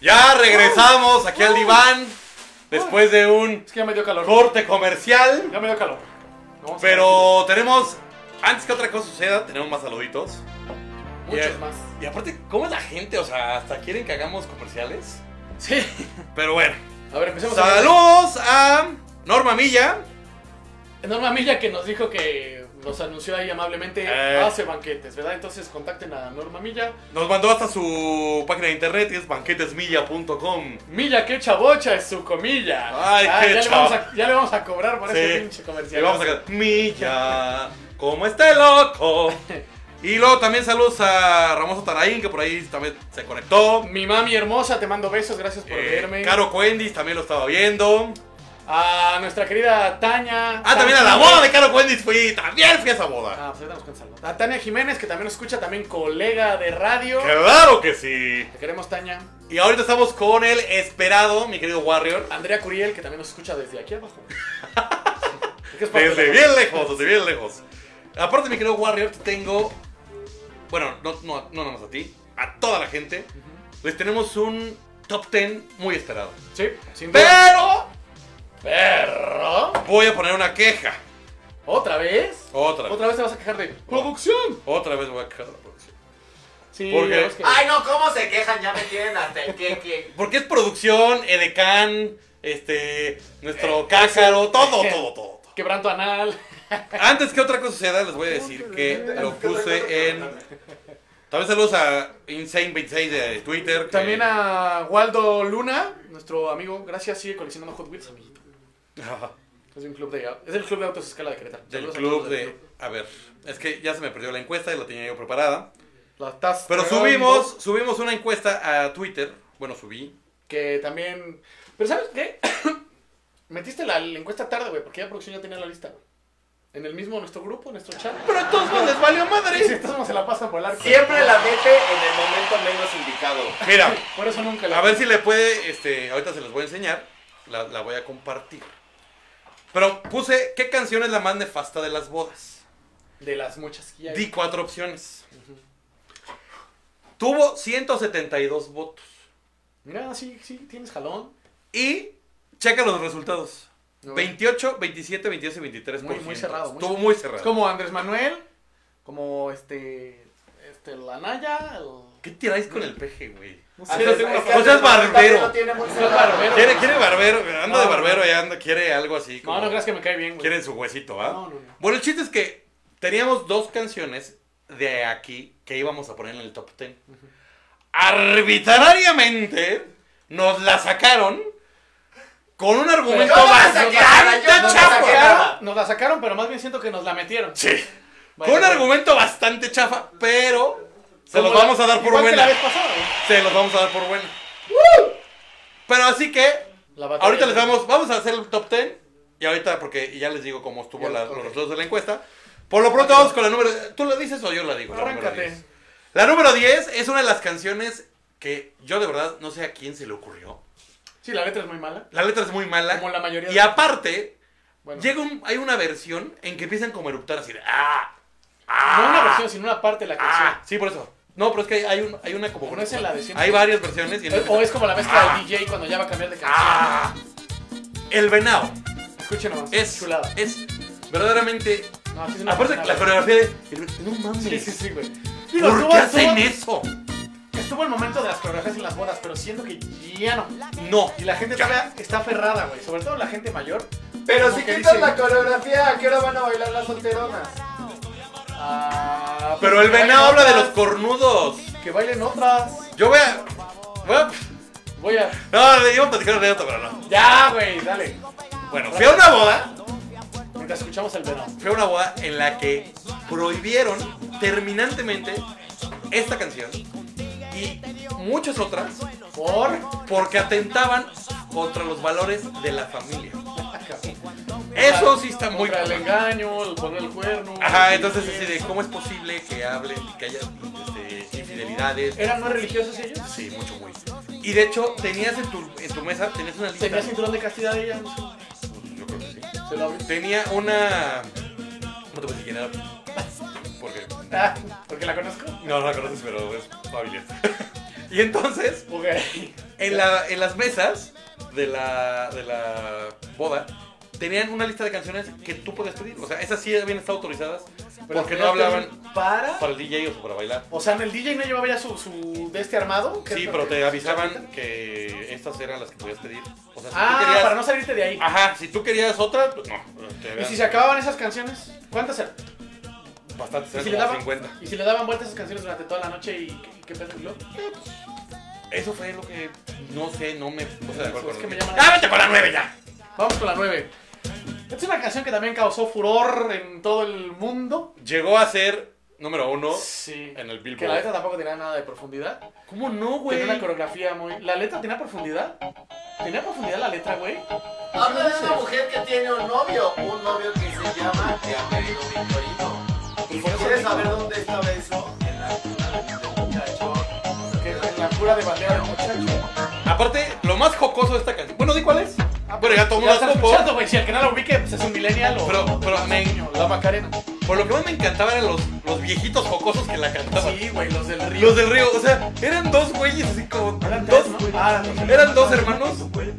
Ya regresamos aquí al diván. Después de un Es que ya me dio calor. corte comercial. Ya me dio calor. No, vamos a Pero tenemos, antes que otra cosa suceda, tenemos más saluditos. ver. Muchos y- más. Y aparte, ¿cómo es la gente? O sea, hasta quieren que hagamos comerciales. Sí. Pero bueno, A ver, empecemos. a- saludos a Norma Milla. Norma Milla que nos dijo que nos anunció ahí amablemente Eh. hace banquetes, ¿verdad? Entonces contacten a Norma Milla. Nos mandó hasta su página de internet y es banquetesmilla.com. Milla, qué chabocha es su comilla. Ay, Ah, qué ya, le chavo. vamos a, ya le vamos a cobrar por Sí. ese pinche Y comercial. vamos a cantar, Milla, como este *laughs* loco. Y luego también saludos a Ramoso Taraín, que por ahí también se conectó. Mi mami hermosa, te mando besos, gracias por Eh, verme. Caro Cuendis también lo estaba viendo. A nuestra querida Tania. Ah, también a la boda de Caro Cuendis fui. También fui a esa boda. Ah, pues ahorita nos cuentas algo. A Tania Jiménez, que también nos escucha, también colega de radio. Claro que sí. Te queremos, Tania. Y ahorita estamos con el esperado, mi querido Warrior. Andrea Curiel, que también nos escucha desde *laughs* aquí abajo. Es que es parte de Desde la- bien lejos, desde bien lejos. Aparte, mi querido Warrior, te tengo. Bueno, no, no, no nomás a ti, a toda la gente. Les tenemos un top 10 muy esperado. Sí, sin duda. Pero Perro. voy a poner una queja. ¿Otra vez? Otra vez. Otra vez te vas a quejar de producción. Otra vez me voy a quejar de la producción. Sí, ¿Por qué? la verdad es que- Ay, no, ¿cómo se quejan? Ya me tienen hasta el queque. Porque es producción, Edecán, este, Eh, nuestro cácaro, todo, todo, todo. todo. Quebranto anal. Antes que otra cosa suceda, les voy a decir que lo puse en. También saludos a Insane26 de Twitter. que- *laughs* *laughs* También a Waldo Luna, nuestro amigo. Gracias, sigue coleccionando Hot Wheels, amiguito. Es de un club de es el club de autos a escala de Querétaro. del Saludos a club todos del de. A ver, es que ya se me perdió la encuesta y la tenía yo preparada. La estás Pero cagando. subimos, subimos una encuesta a Twitter. Bueno, subí. Que también. Pero ¿sabes qué? *coughs* Metiste la, la encuesta tarde, güey, porque ya producción ya tenía la lista, güey. En el mismo nuestro grupo, en nuestro *laughs* chat. Pero a todos modos les valió Sí, madre. entonces no se la pasan por el arco. Siempre la mete en el momento menos indicado. Mira, Por eso nunca la. a ver si le puede, este, ahorita se los voy a enseñar. La, la voy a compartir. Pero puse, ¿qué canción es la más nefasta de las bodas? De las muchas que ya hay. Di cuatro opciones. Tuvo 172 votos. Mira, sí, sí, tienes jalón. Y checa los resultados. No, 28, 27, 22 y 23 Muy- muy cerrado, muy Estuvo muy Es cerrado. como Andrés Manuel, como este. Este, la Naya, el. ¿Qué tiráis con el peje, güey? No Ah, no, sé, tengo una- Es que o sea, es también barbero. lo tiene muy Es cerrado. barbero. Quiere, quiere barbero, anda de No, barbero no. y anda, quiere algo así. Como, No, no creas que me cae bien, güey. Quiere su huesito, ¿ah? No, no, no. Bueno, el chiste es que teníamos dos canciones de aquí que íbamos a poner en el top 10. Arbitrariamente nos la sacaron con un argumento Yo no la bastante saqué nada, yo no la chafa. saqué nada. Nos la sacaron, pero más bien siento que nos la metieron. Sí. Vaya, con un vaya. argumento bastante chafa, pero se los Como la- vamos a dar por igual que buena. la vez pasada, güey. Se los vamos a dar por buena. Pero así que La batalla Ahorita les de- vamos, vamos a hacer el top 10 y ahorita porque ya les digo cómo estuvo Ya, la- ok. los resultados de la encuesta. Por lo pronto vamos con la número ¿Tú lo dices o yo la digo? La número Arráncate. 10. La número 10 es una de las canciones que yo de verdad no sé a quién se le ocurrió. Sí, la letra es muy mala. La letra es muy mala. Como la mayoría y de- aparte, Bueno, llega un- hay una versión en que empiezan como a eruptar así de ¡Ah! no ¡Ah! una versión, sino una parte de la canción. ¡Ah! Sí, por eso. No, pero es que hay, hay un- hay una como... Pero no es en la de siempre. Hay varias versiones y en O- O es como la mezcla del DJ cuando ya va a cambiar de canción. ¡Ah! El venado. Escuchen nomás. Es, chulada. es verdaderamente. No, sí es una Aparte, chulada. la coreografía de. el- No mames. Sí, sí, sí, güey. Digo, ¿Por estuvo, qué hacen estuvo- eso? estuvo el momento de las coreografías en las bodas, pero siento que ya no. No. Y la gente Ya. todavía está aferrada, güey. Sobre todo la gente mayor. Pero si Como que quitas dice- la coreografía, ¿a qué hora van a bailar las solteronas? Ah, Pero pues el que venado bailen habla de los otras, cornudos. Que bailen otras. Yo voy a. voy a- Voy a. No, le iba a platicar de otro, pero no. Ya, güey, dale. Bueno, fui a una boda. Mientras escuchamos el venado. Fui a una boda en la que prohibieron terminantemente esta canción y muchas otras Por. porque atentaban contra los valores de la familia. Eso sí está muy Contra el cabrón. engaño, el poner el cuerno. Ajá, el- entonces así de cómo es posible que hablen y que haya este, infidelidades. ¿Eran más religiosos ellos? Sí, mucho, muy. Y de hecho, tenías en tu, en tu mesa, tenías una lista. ¿Tenía cinturón de castidad ella? No sé. Yo creo que sí. Se lo abrió. Tenía una. No te voy a decir quién era, Porque. *laughs* Ah, porque la conozco. No, no la conoces, pero es familiar. *laughs* y entonces, Ok. en, la, en las mesas de la, de la boda, tenían una lista de canciones que tú podías pedir. O sea, esas sí habían estado autorizadas porque no hablaban Para. para el DJ o para bailar. O sea, en el DJ no llevaba ya su, su de este armado. que Sí, es lo pero que- te avisaban que estas eran las que podías pedir. O sea, si Ah, tú querías. Ah, para no salirte de ahí. Ajá, si tú querías otra, pues no. te y habían- si se acababan esas canciones, ¿cuántas eran? Bastantes, ¿Y eran si, le como daban, 50. y si le daban vueltas a esas canciones durante toda la noche y qué, y qué pedo, y luego, Eso fue lo que. No sé, no me. puse de acuerdo Es que con me lo llaman- ¡Ya, vete con la 9 ya! Vamos con la 9. Esta es una canción que también causó furor en todo el mundo. Llegó a ser número uno. Sí. En el Billboard. Que la letra tampoco tenía nada de profundidad. ¿Cómo no, Tenía una coreografía muy. ¿La letra tenía profundidad? ¿Tenía profundidad la letra, güey? Habla de una mujer que tiene un novio, un novio que se llama Teamerino Victorino. Y si quieres saber dónde estaba eso, en la cuna del muchacho. Que es la cura de bandera del muchacho. Aparte, lo más jocoso de esta canción. Bueno, di cuál es. Bueno, ya todo el mundo Ah, Ya está la supo. escuchando, güey. Si el que no la ubique, pues es un millennial o. Pero, pero me- La Macarena. por lo que más me encantaba eran los, los viejitos jocosos que la cantaban. Sí, güey, los del río. Los del río, o sea, eran dos güeyes así como. Eran dos, tres, ¿no? Ah, los- eran dos hermanos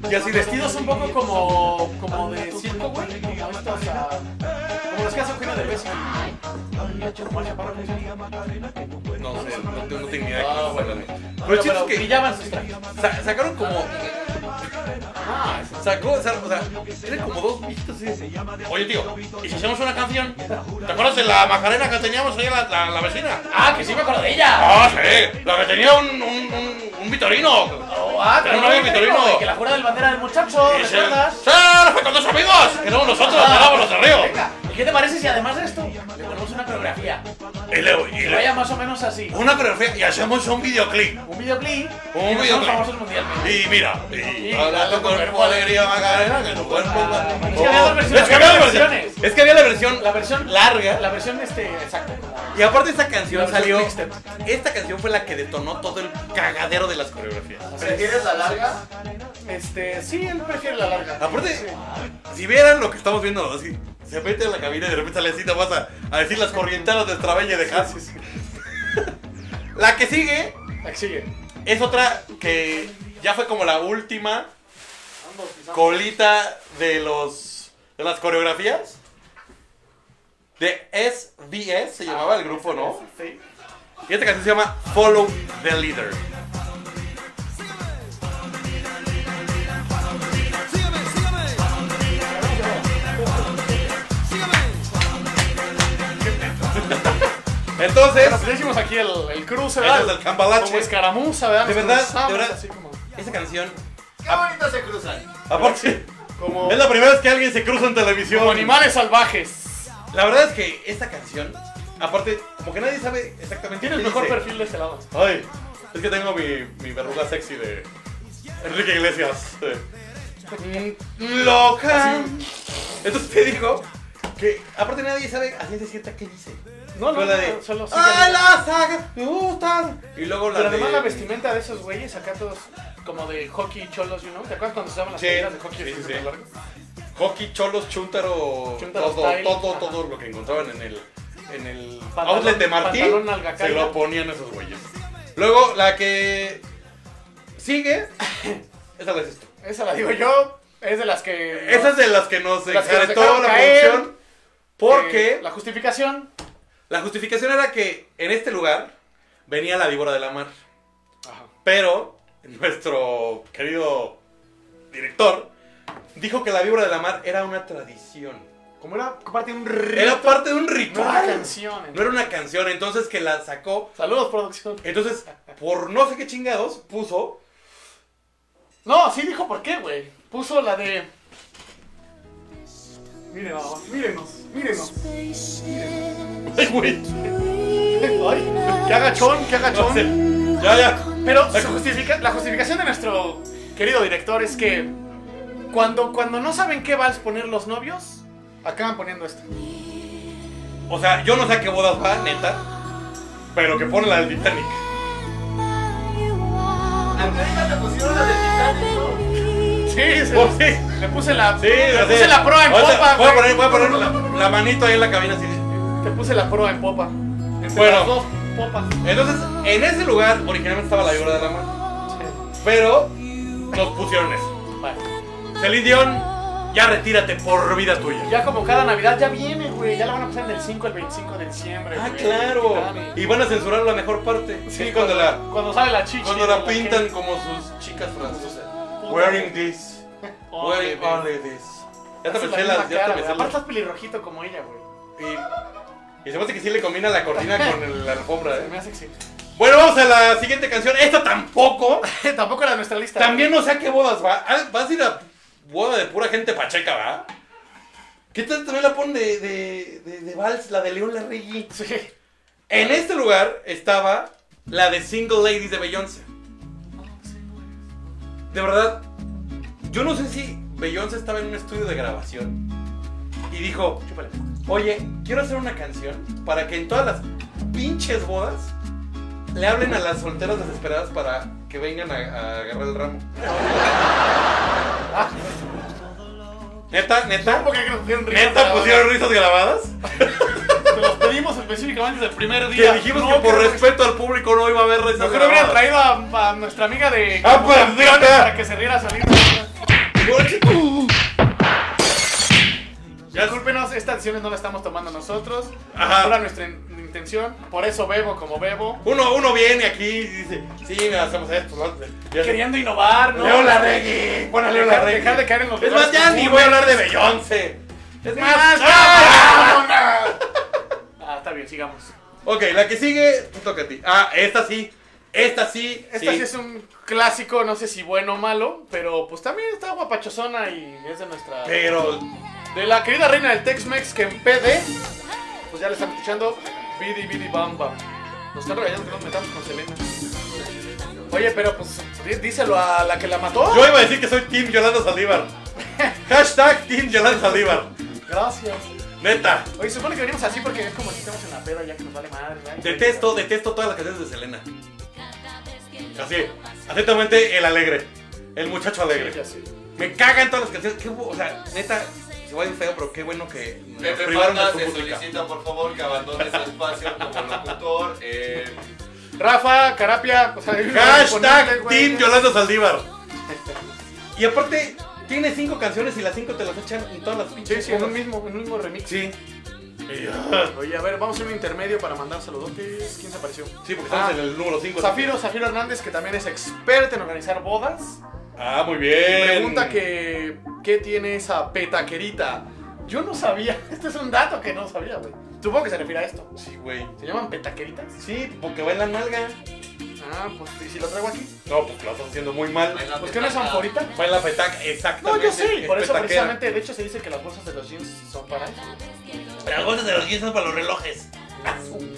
y así Vestidos un poco como, como de circo, güey. Como estos, ah, como los que hace Eugenio Derbez. Como el chaparro, ¿cómo se llama? No sé, no, tengo- no tengo ni idea de qué Ah, estás bueno. hablando. Pero el Pero, chiste pero es que brillaban sus trajes. sa- sacaron como. Sacó, sa- o sea, eran como dos vistas Oye, tío, ¿y si hacemos una canción? ¿Te acuerdas de la macarena que teníamos ahí, la, la, la vecina? Ah, que sí me acuerdo de ella. Ah, sí, la que tenía un, un, un, un Vitorino. Oh, ah, Pero no claro, había Vitorino. güey, Que la jura del bandera del muchacho, Y se- ¿recuerdas? Ah. ¡Sí, fue con dos amigos! Que éramos nosotros, éramos los de Río. Venga, ¿y qué te parece si además de esto le ponemos una coreografía. Y luego, y Que luego- vaya más o menos así. una coreografía y hacemos un videoclip. Un videoclip. Un y nos videoclip. Somos famosos mundialmente. Y mira, Y y habla tu cuerpo alegría Macarena, que tu cuerpo Ah, va- es que había Oh, dos versiones, es que había había dos versiones. versiones. Es que había la versión La versión larga. La versión, este, exacto. como- Y aparte esta canción La versión salió. mixtape. Esta canción fue la que detonó todo el cagadero de las coreografías. así es. ¿Prefieres la larga? Este, sí, él prefiere la larga. Aparte, si vieran lo que estamos viendo, así, se mete en la cabina y de repente Alencita vas a, a decir las corrientadas de Trabella de Sí, Hasis. sí, sí. *laughs* La que sigue La que sigue. es otra que ya fue como la última Ambos pisamos. colita de los de las coreografías de SBS se llamaba el grupo, ¿no? Sí. Y esta canción se llama Follow the Leader. Sígueme, sígueme. Sígueme. Entonces, Bueno, pues ya hicimos aquí el, el cruce, Ese ¿verdad? es el cambalache. Como escaramuza, ¿verdad? De Nos verdad, cruzamos de verdad. así como- esta canción, Qué bonito se cruzan. aparte, Como, es la primera vez que alguien se cruza en televisión. como animales salvajes. La verdad es que esta canción, aparte, como que nadie sabe exactamente Tiene el qué mejor dice. perfil de este lado. Ay, es que tengo mi, mi verruga sexy de Enrique Iglesias. Sí. Mm, *laughs* Loca. Entonces te digo que aparte nadie sabe a ciencia cierta qué dice. No, no, Pero la no, de, solo sigue ¡Ay, el- la saga! ¡Me gustan! Y luego la Pero de... además la vestimenta de esos güeyes, acá todos como de hockey cholos, you know? ¿Te acuerdas cuando se usaban las Sí, playeras de hockey? sí, así sí, súper sí. largas? Hockey, cholos, chuntaro, Chuntaro todo, style. todo, Ajá. todo lo que encontraban en el, en el Pantalón- outlet de Martín, pantalón algacaya. se lo ponían esos güeyes. Luego, la que sigue, esa la haces tú. *coughs* Esa la digo yo, es de las que... Esa es Eh, de las que nos Las que nos encaretó dejaron la caer. producción, porque Eh, la justificación... la justificación era que en este lugar venía la víbora de la mar. Ajá. Pero nuestro querido director dijo que la víbora de la mar era una tradición. Como era parte de un rito, Era parte de un no era una ritual. canción. No era una canción, entonces que la sacó. Saludos, producción. Entonces, por no sé qué chingados, puso. No, sí dijo por qué, güey. Puso la de... Mírenos, mírenos, mírenos. Ay, güey. Ay, qué agachón, qué no sé. agachón. Ya, ya. Pero se justifica, la justificación de nuestro querido director es que cuando, cuando no saben qué vals poner los novios, acaban poniendo esto. O sea, yo no sé a qué bodas va, neta. Pero que pone la del Titanic. A Clériga le pusieron la de Titanic, ¿no? Sí, se- Oh, sí. le puse la, Sí, le ya sé. puse la proa en Ahorita popa. Voy a güey. poner, voy a poner la, la manito ahí en la cabina así. de- Te puse la proa en popa. Entre Bueno. las dos popas. Entonces, en ese lugar originalmente estaba la víbora de la mar. Sí. Pero nos pusieron eso. Vale. Celine Dion, ya retírate por vida tuya. Ya como cada Navidad ya viene, güey. Ya la van a pasar del 5 al 25 de diciembre. Ah, güey. claro. Dame. Y van a censurar la mejor parte. Sí, Es cuando la Cuando sale la chicha. Cuando la pintan como sus chicas francesas. Wearing this. Wearing only this. Ya te pensé las. Ya te pensé Aparte las. estás pelirrojito como ella, güey. Y, y se me hace que sí le combina la cortina con el- la alfombra, Se ¿eh? me hace que Bueno, vamos a la siguiente canción. Esta tampoco. sí. *laughs* Tampoco era nuestra lista. También no sé a qué bodas va. Ah, Vas a ir a boda de pura gente pacheca, ¿va? ¿Qué tal también la ponen de, de, de, de vals, la de León Larregui? Sí. En este lugar estaba la de Single Ladies de Beyoncé. De verdad, yo no sé si Beyoncé estaba en un estudio de grabación y dijo, Chúpale. oye, quiero hacer una canción para que en todas las pinches bodas le hablen a las solteras desesperadas para que vengan a, a agarrar el ramo. Neta, neta, ¿Por qué que nos pusieron risas neta grabadas? pusieron risas grabadas. Te los pedimos específicamente desde el primer Que día. dijimos No, que por creo respeto al público no iba a haber risas No creo que hubiera grabadas. traído a, a nuestra amiga de. Ah, pues, Campeones mira. Para que se riera saliendo. Ya- Discúlpenos, estas decisiones no las estamos tomando nosotros. Ajá. No era nuestra in- intención. Por eso bebo como bebo. Uno, uno viene aquí y dice, sí, me hacemos esto. ¿no? Ya- Queriendo innovar, ¿no? Leo Larregui. Bueno, Leo Dejar- Larregui. dejar de caer en los Es lugares más, ya ni comunes. voy a hablar de Beyoncé. Es más. Ah, está bien, sigamos. Ok, la que sigue, te toca a ti. Ah, esta sí. Esta sí. Esta sí. es un clásico, no sé si bueno o malo, pero pues también está guapachosona y es de nuestra. Pero. De la querida reina del Tex-Mex que en PD pues ya le están escuchando. Bidi Bidi Bamba. Nos están regañando que nos metamos con Selena. Oye, pero pues dí- díselo a la que la mató. Yo iba a decir que soy Team Yolanda *laughs* Saldívar. Hashtag Team Yolanda Saldívar. Gracias. Neta. Oye, se supone que venimos así porque es como si estamos en la peda ya que nos vale madre. ¿verdad? Detesto, detesto todas las canciones de Selena. Así, atentamente el alegre. El muchacho alegre. Ya sé. Me cagan todas las canciones. Qué bu- o sea, neta, se va bien feo, pero qué bueno que nos Pepe privaron Panda de su se música. solicita, por favor, que abandone su espacio como locutor. Eh, Rafa, Carapia, o sea, *laughs* imponente, Hashtag güey. Team Yolanda Saldívar. Y aparte, tiene cinco canciones y las cinco te las echan en todas las Sí, pinches. sí, en un cosas. mismo, en un mismo remix. Sí. Y, ah, Oye, a ver, vamos a un intermedio para mandar saludotes. ¿Quién se apareció? Sí, porque estamos Ah, en el número 5. Zafiro, Zafiro Hernández, que también es experta en organizar bodas. Ah, muy bien. Pregunta que ¿qué tiene esa petaquerita? Yo no sabía, *laughs* este es un dato que no sabía, güey. Supongo que se refiere a esto. Sí, güey. ¿Se llaman petaqueritas? Sí, porque va en la nalga. Ah, pues ¿y si lo traigo aquí? No, pues lo estás haciendo muy mal. en la Pues que no es petaca. anforita. Va en la petaca, exactamente. No, yo sí, es por eso petaquera. precisamente, de hecho se dice que las bolsas de los jeans son para eso. Las bolsas de los jeans son para los relojes.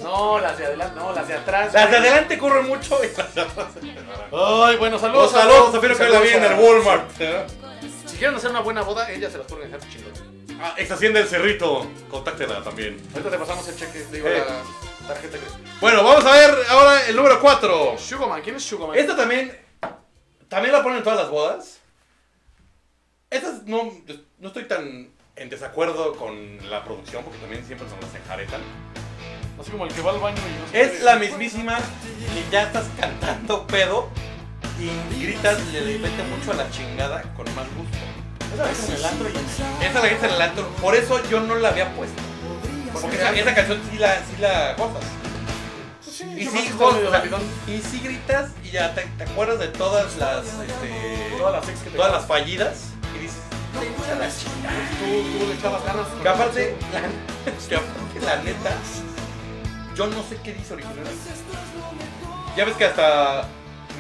No, las de adelante, no, las de atrás. Las güey. de adelante corren mucho y las de atrás. Ay, bueno, Los saludos. saludos, Zafiro que la vi en saludos el a- Walmart. Si quieren hacer una buena boda, ella se las puede organizar chingón. Ah, ex Hacienda del Cerrito, contáctela también. Ahorita te pasamos el cheque, digo, Eh. la tarjeta que. Bueno, vamos a ver ahora el número 4. Sugarman, ¿quién es Sugarman? Esta también. También la ponen en todas las bodas. Esta es- no, no estoy tan en desacuerdo con la producción porque también siempre son las enjaretan. Así como el que va al baño y no se Es puede- la mismísima que ya estás cantando pedo y gritas le vete mucho a la chingada con mal gusto. Esa vez en el antro y- Esa la gritan en el antro, por eso yo no la había puesto. Porque esa, esa canción sí la, sí la gozas. Y yo sí, creo gozas, que está o sea, medio rapidón. y sí gritas y ya te, te acuerdas de todas las este, Todas las ex que te todas las fallidas y dices, "No, vete a la chingada". Tú, tú le echabas ganas. Que aparte, la, *laughs* que aparte, la neta, yo no sé qué dice original. Ya ves que hasta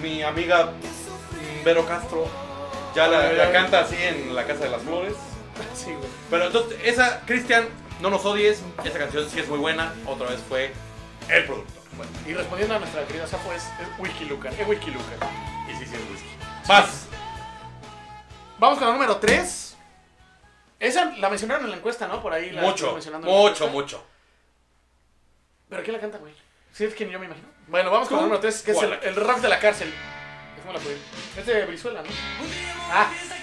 mi amiga mm, Vero Castro ya la, la canta así en la Casa de las Flores. *laughs* Sí, güey. Pero entonces, esa, Cristian, no nos odies, esa canción sí es muy buena, otra vez fue el productor. Bueno, Y respondiendo a nuestra querida Safo es, es Wikilucan, es Wikilucan. y sí, sí es whisky. Más. Vamos con la número 3. Esa la mencionaron en la encuesta, ¿no? Por ahí la Mucho, estuvo mencionando en la mucho, encuesta. mucho. ¿Pero quién la canta, güey? Sí, es quien yo me imagino. Bueno, vamos con la ¿Tú? número 3, que es el, ¿Cuál? el rap de la cárcel. ¿Cómo la puede? Es de Brizuela, ¿no? Ah, es de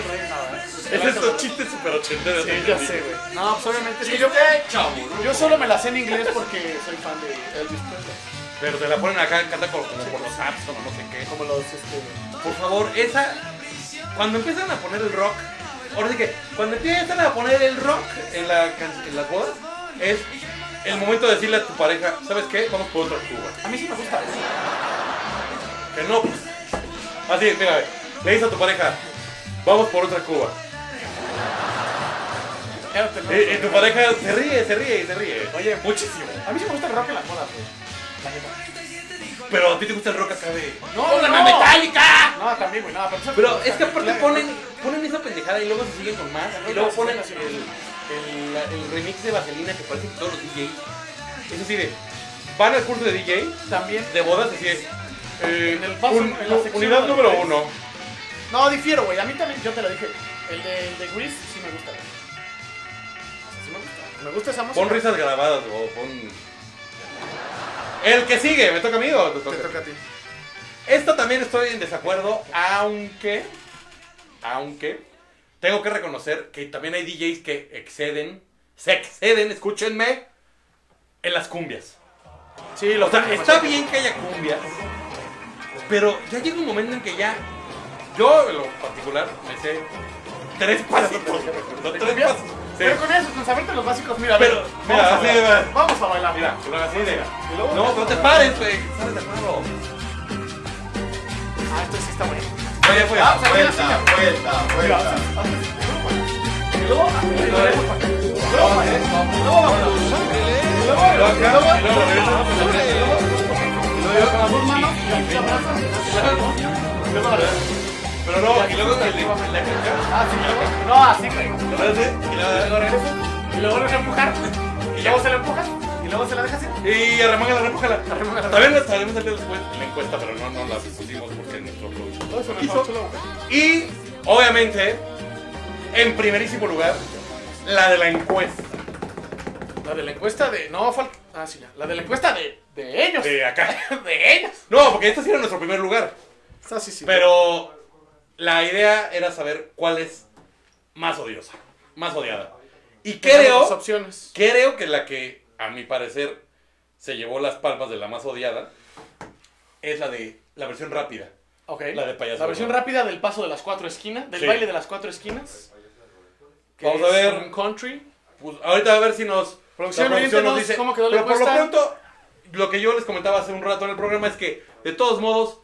Rey Nava. Ese es un chiste super ochentero. Sí, ya sé, güey. No, pues obviamente es que yo, Chaburruco. yo solo me la sé en inglés porque soy fan de Elvis Presley. Pero te la ponen acá, canta como, como por los apps o no sé qué. Como los, este... Por favor, esa. Cuando empiezan a poner el rock. Ahora sí que, cuando empiezan a poner el rock en, la, can- en las bodas, es el momento de decirle a tu pareja, ¿sabes qué? Vamos por otra Cuba. A mí sí me gusta. ¿eh? Que no, pues. Así, mira, le dices a tu pareja, vamos por otra Cuba. Ya te lo- Y, y Eh, tu pareja se ríe, se ríe y se ríe. Oye, muchísimo. A mí sí me gusta el rock en las bodas, güey. La neta. Pero a ti te gusta el rock acá de. ¡Pónganme metálica! No, también, güey, no, pero... Pero es que aparte ponen, ponen esa pendejada y luego se siguen con más. Y luego ponen el, el- la- el remix de Vaselina que parece que todos los DJs. Es así de. Van al curso de DJ, También... de bodas, así de. eh, En el paso- un- en la sección unidad de número los uno. No, difiero, güey. A mí también, yo te lo dije. El de, el de Grease sí me gusta, güey. O sea, sí me gusta. Me gusta esa música. Pon risas grabadas o pon. El que sigue, ¿me toca a mí o te toca? Te toca a ti. Esto también estoy en desacuerdo, aunque. Aunque. Tengo que reconocer que también hay DJs que exceden. Se exceden, escúchenme. En las cumbias. Sí, lo O sea, está bien que haya cumbias, pero ya llega un momento en que ya, yo en lo particular, me sé tres pasitos. No, ¿Te tres copias? pasos. Sí. Pero con eso, con saberte los básicos, mira, a Pero, ver, mira, así, vamos, a bailar, mira. vamos a bailar. Mira, que lo hagas así de- Y luego- No, no te pares, güey. Sales de acuerdo. Ah, esto sí está bueno. Oye, pues. Vamos a bailar así, Vuelta, vuelta, mira. vuelta. Mira, así, así. Y luego, y luego, y luego, y luego, y luego, Lo acá, y luego lo regresas. con las dos manos, y aquí te abrazas, y luego, Pero no, y luego te le- la caca. ah, sí, luego, no, así, güey. Lo haces, y luego- Luego regresas. Y lo vuelves a empujar. Y luego se la empujas. Y luego se la dejas así. Y arremángala, arremángala. Arremángala. También la estaremos saliendo después en la encuesta, pero no, no la pusimos porque nuestro productor Todo eso me quiso. parece la boca. Y, obviamente, en primerísimo lugar, la de la encuesta. La de la encuesta de. No, falta. Ah, sí, ya. La de la encuesta de. De ellos. De acá. *laughs* De ellos. No, porque este sí era nuestro primer lugar. Ah, sí, sí. Pero la idea era saber cuál es más odiosa, más odiada. Y Las creo, opciones. creo que la que, a mi parecer, se llevó las palmas de la más odiada es la de la versión rápida. Ok. La de payaso. La versión rápida del paso de las cuatro esquinas. Del Sí. baile de las cuatro esquinas. que Vamos a es ver. un country. Pues, ahorita a ver si nos. Producción, la oriéntenos, ¿cómo quedó la pero por lo encuesta? pronto, lo que yo les comentaba hace un rato en el programa es que, de todos modos,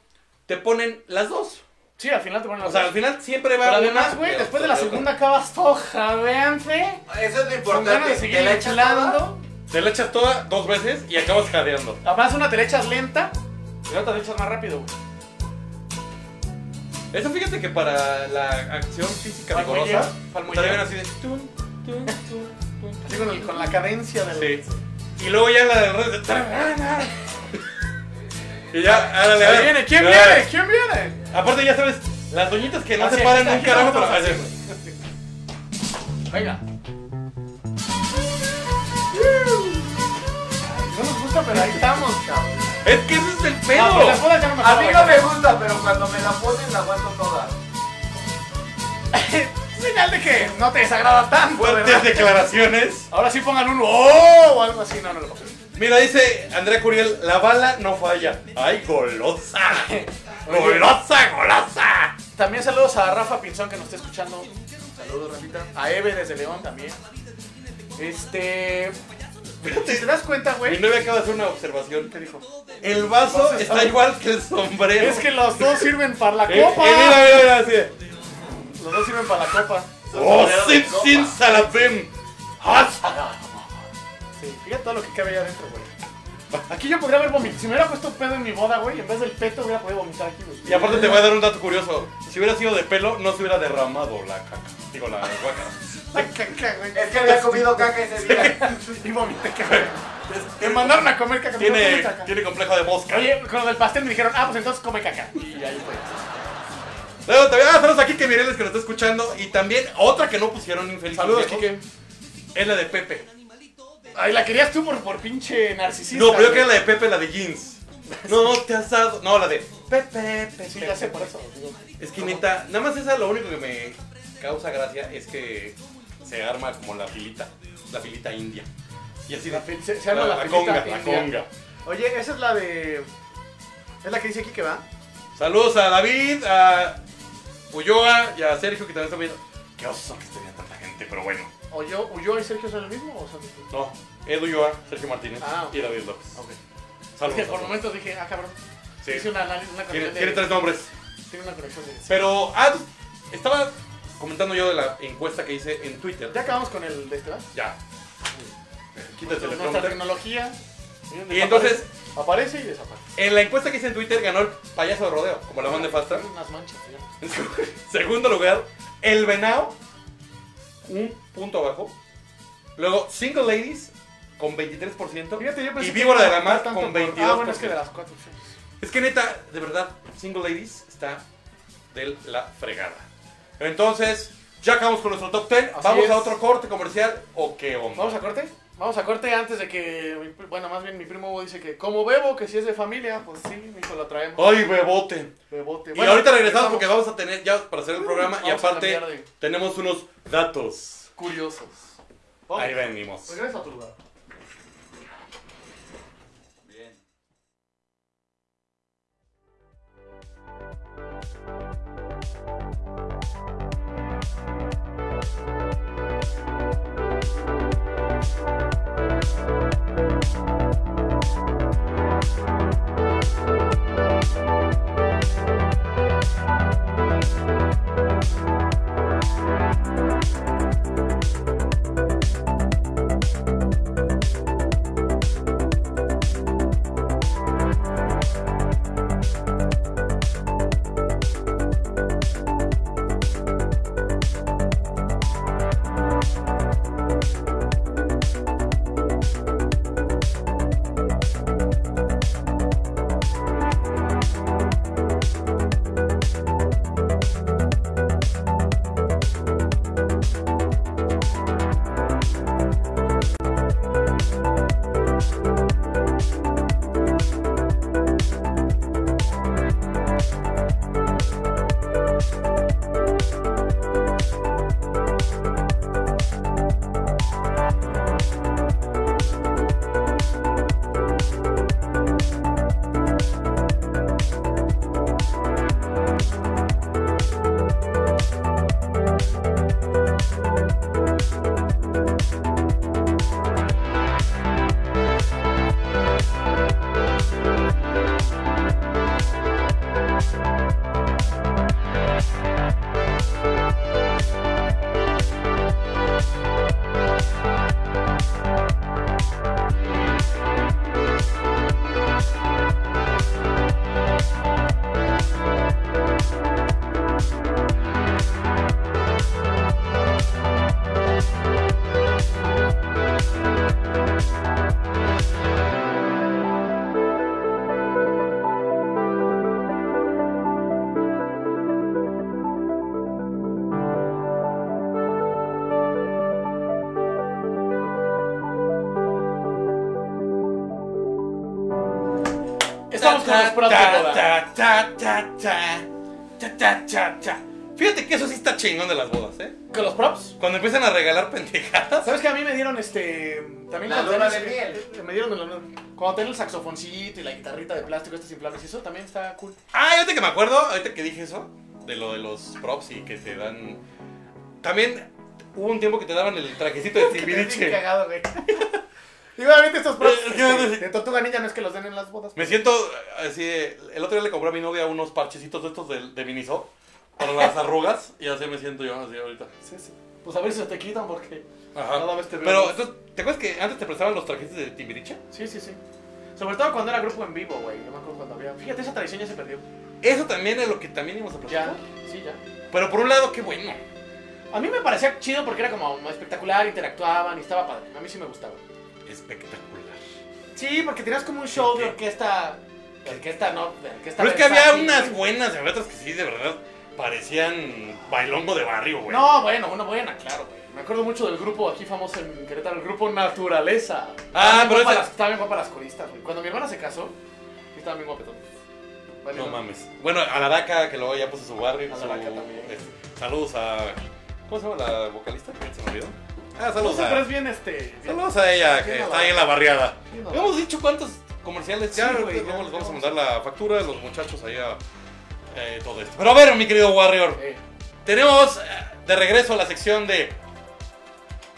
te ponen las dos. Sí, al final te ponen las O sea, al dos. final siempre va Pero una, además, güey, pero después de la otra. segunda acabas toja, véanse. Eso es lo Con ganas de importante. seguir ¿Te la echas toda? enchilando. Te la echas toda dos veces y acabas jadeando. Además, una te la echas lenta. Y otra te la echas más rápido, güey. Eso fíjate que para la acción física Palmolleo, vigorosa, palmolleo. estaría bien así de tun, tun, tun, tun. Así con, el- con la cadencia del. Sí. Y luego ya la de red de tarana. Y ya, árale, Ahí árale. viene, ¿quién Árale. viene? Ah, ¿Quién viene? Aparte ya sabes, las doñitas que no Así, se paran así, un carajo así, para así, hacer. Venga. No nos gusta, pero ahí estamos, cabrón. Es que ese es el pedo. Ah, pues la puedo echar A mí mejor, no güey. me gusta, pero cuando me la ponen la aguanto toda. *laughs* Señal de que no te desagrada tanto, Fuertes ¿verdad? declaraciones. Ahora sí pongan un ¡Oh! o algo así. No, no lo pongan. Mira, dice Andrea Curiel, la bala no falla. ¡Ay, *laughs* golosa! ¡Golosa, golosa! También saludos a Rafa Pinzón que nos está escuchando. Saludos, Rafita. A Eve desde León también. Este. Si te das cuenta, Mi güey. novia acaba de hacer una observación. ¿Qué dijo? El vaso Entonces, está ¿sabes? igual que el sombrero. Es que los dos sirven para la *laughs* Eh, eh, mira, copa. mira, mira, así de, Los dos sirven para la copa. ¡Oh, Sombrero de sin, copa. sin salabim! ¡Haz! Sí, fíjate todo lo que cabe allá adentro, güey. Aquí yo podría haber vomitado. Si me hubiera puesto pedo en mi boda, güey, en vez del peto hubiera podido vomitar aquí, güey. Y aparte te voy a dar un dato curioso. Si hubiera sido de pelo, no se hubiera derramado la caca. Digo, la guaca. *laughs* La caca, güey. Eh. Es que había comido caca ese día. *laughs* Y vomité, cabrón. Te mandaron a comer caca. me Tiene, dijeron, "Come caca". tiene complejo de mosca. Oye, con lo del pastel me dijeron, ah, pues entonces come caca. Y ahí fue. Luego también, ah, saludos aquí que Mireles que nos está escuchando. Y también otra que no pusieron infeliz. Saludos, viejos, Kike. Es la de Pepe. Ay, la querías tú por, por pinche narcisista. No, pero yo güey. creo que la de Pepe, la de jeans. No, te has dado. No, la de Pepe, Pepe. Sí, ya sé por eso. digo. Es que neta, nada más esa lo único que me causa gracia es que se arma como la filita, la filita india. Y así de- La fil- se- se llama la filita conga, la conga. india. Oye, esa es la de. Es la que dice aquí que va. Saludos a David, a Ulloa y a Sergio que también están viendo. Qué oso que tenía tanta gente, pero bueno. ¿O yo, o yo y Sergio son el mismo o son distintos? No, Edu Ulloa, Sergio Martínez Ah, ok. y David López. Ok. Saludos. Que por saludos. momentos dije, ah, cabrón. Sí. Hice una, anal- Tiene, una conexión. tiene de- tres nombres. tiene una conexión de. Pero, ah, estaba comentando yo de la encuesta que hice en Twitter. Ya acabamos con el de este, ¿verdad? Ya. Quítate el Nuestra teleprompter. tecnología. Y entonces, Aparece y desaparece. en la encuesta que hice en Twitter ganó el payaso de rodeo, como la banda de pasta. Tiene unas manchas, ya. En segundo lugar, el venado, un punto abajo. Luego, single ladies, con 23%. Fíjate, yo pensé y que víbora iba de a la mar, bajar tanto con por- 22%. Ah, bueno, es que de las cuatro. sí. Es que neta, de verdad, Single Ladies está de la fregada. Entonces, ya acabamos con nuestro top 10. Así Vamos es. a otro corte comercial o qué onda. ¿Vamos a corte? Vamos a corte antes de que. mi pri- Bueno, más bien mi primo Hugo dice que, como bebo, que si es de familia, pues sí, mi hijo lo traemos. Ay, bebote. Bebote. Oh. Y Bueno, Uh, ahorita regresamos porque vamos a tener ya para hacer el programa y Vamos a aparte cambiar de- tenemos unos datos. Curiosos. Vamos. Ahí venimos. Regresa a tu lugar. estamos con los Ta, Prat de ta, boda. ta, ta, ta, ta, ta, ta, ta, ta. Fíjate que eso sí está chingón de las bodas, ¿eh? ¿Con los props? Cuando empiezan a regalar pendejadas. *laughs* ¿Sabes que a mí me dieron este. También La cuando luna tenés- de miel. Me dieron la luna- Cuando tenía el saxofoncito y la guitarrita de plástico, estas inflables, y eso también está cool. Ah, ahorita que me acuerdo, ahorita que dije eso, de lo de los props y que te dan. También hubo un tiempo que te daban el trajecito *laughs* de Bien Timbiriche. cagado, güey. *laughs* Y obviamente estos props Eh, ¿qué vas a este, decir? de Tortuga Ninja no es que los den en las bodas. Me siento eh, así. de- El otro día le compré a mi novia unos parchecitos de estos de, de Miniso para las arrugas y así me siento yo, así ahorita. Sí, sí. Pues a ver si se te quitan porque. Ajá. Cada vez te veo Pero, más. entonces, ¿te acuerdas que antes te prestaban los trajes de Timbiriche? Sí, sí, sí. Sobre todo cuando era grupo en vivo, güey. Yo me acuerdo cuando había. Fíjate, esa tradición ya se perdió. Eso también es lo que también íbamos a Ya, platicar. sí, ya. Pero por un lado, qué bueno. A mí me parecía chido porque era como espectacular, interactuaban y estaba padre. A mí sí me gustaba. Espectacular. Sí, porque tenías como un show de ¿Qué? orquesta. De orquesta, no. De orquesta Pero es que había versátil, unas güey. buenas y otras que sí, de verdad, parecían bailongo de barrio, güey. No, bueno, una buena, claro, güey. Me acuerdo mucho del grupo aquí famoso en Querétaro, el grupo Naturaleza. Ah, Estaba bien pero guapa ese- las- Estaba bien guapa las coristas, güey. Cuando mi hermana se casó, sí estaba bien guapetón. Vale, No mames. Bueno, Alaraca, que luego ya puso su barrio. su- Alaraca también. es- saludos a. ¿Cómo se llama la vocalista? Que se me olvidó. Ah, No saludos sé, pero a. es bien este. bien- Saludos a ella, Sí, que no, está ahí en la barriada. bien normal. Hemos dicho cuántos comerciales. Ya, Sí, ahorita güey, ya, luego les ya vamos a vamos. mandar la factura de los muchachos allá. Eh, todo esto. Pero a ver, mi querido Warrior. Eh. Tenemos eh, de regreso a la sección de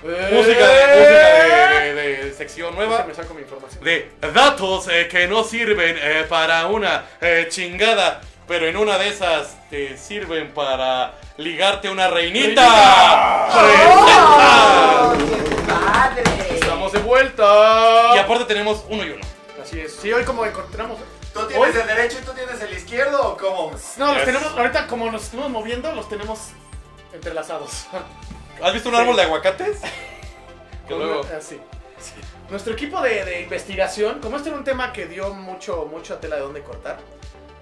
Eh. música, de, música de, de- de sección nueva. Déjame saco mi información. De datos eh, que no sirven eh, para una eh, chingada, pero en una de esas te sirven para ligarte una reinita. ¡Presenta! ¡Reinita! ¡Oh! ¡Qué padre! Estamos de vuelta. Y aparte tenemos uno y uno. Así es. Sí, hoy como encontramos. ¿Tú tienes Hoy- el derecho y tú tienes el izquierdo o cómo? No, los Yes. tenemos. Ahorita, como nos estuvimos moviendo, los tenemos entrelazados. ¿Has visto un árbol de aguacates? Que Con luego- una- así. Nuestro equipo de, de investigación, como este era un tema que dio mucho, mucha tela de dónde cortar,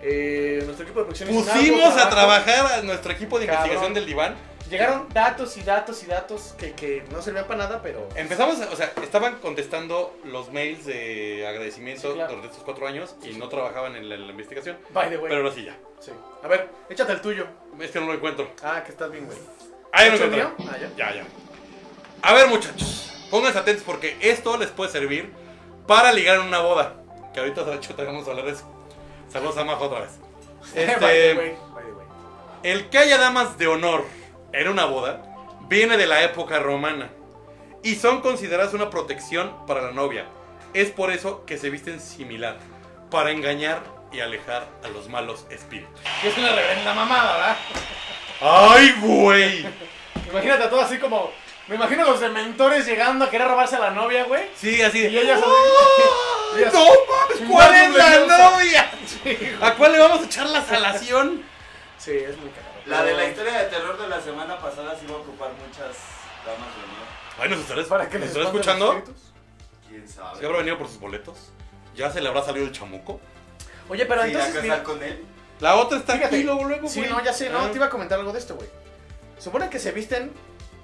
eh, nuestro equipo de producción hizo un arduo Pusimos a trabajo. trabajar a nuestro equipo de Cabrón. investigación del diván. Llegaron datos y datos y datos que, que no servían para nada, pero. Empezamos, o sea, estaban contestando los mails de agradecimiento Sí, claro. durante estos cuatro años y no trabajaban en la, en la investigación. By the way. Pero ahora sí ya. Sí. A ver, échate el tuyo. Es que no lo encuentro. Ah, que estás bien, güey. Ahí lo ¿Hecho encontré. mío? Ah, ya. Ya, ya. A ver, muchachos. Pónganse atentos porque esto les puede servir para ligar en una boda. Que ahorita, de hecho, también vamos a hablar de eso. Saludos a Majo otra vez. *laughs* Este- By the way, by the way. El que haya damas de honor en una boda viene de la época romana y son consideradas una protección para la novia. Es por eso que se visten similar, para engañar y alejar a los malos espíritus. Y es una reverenda mamada, ¿verdad? ¡Ay, güey! Imagínate a todo así como. Me imagino los dementores llegando a querer robarse a la novia, güey. Sí, así. de, Y ellas así- ¡Ah! ellas- ¡No mames! ¿Cuál es la Chingando novia? ¿A cuál le vamos a echar la salación? Sí, es muy cagado. La de la historia de terror de la semana pasada sí va a ocupar muchas damas de honor. Ay, ¿nos estará, ¿Para que ¿nos les estará manden los escuchando? espíritus? ¿Quién sabe? ¿Se habrá venido por sus boletos? ¿Ya se le habrá salido el chamuco? Oye, pero ¿Se irá a entonces. mira- casar con él? La otra está Fíjate. aquí luego, luego, Sí, güey. no, ya sé, no, Ah. te iba a comentar algo de esto, güey. Supone que se visten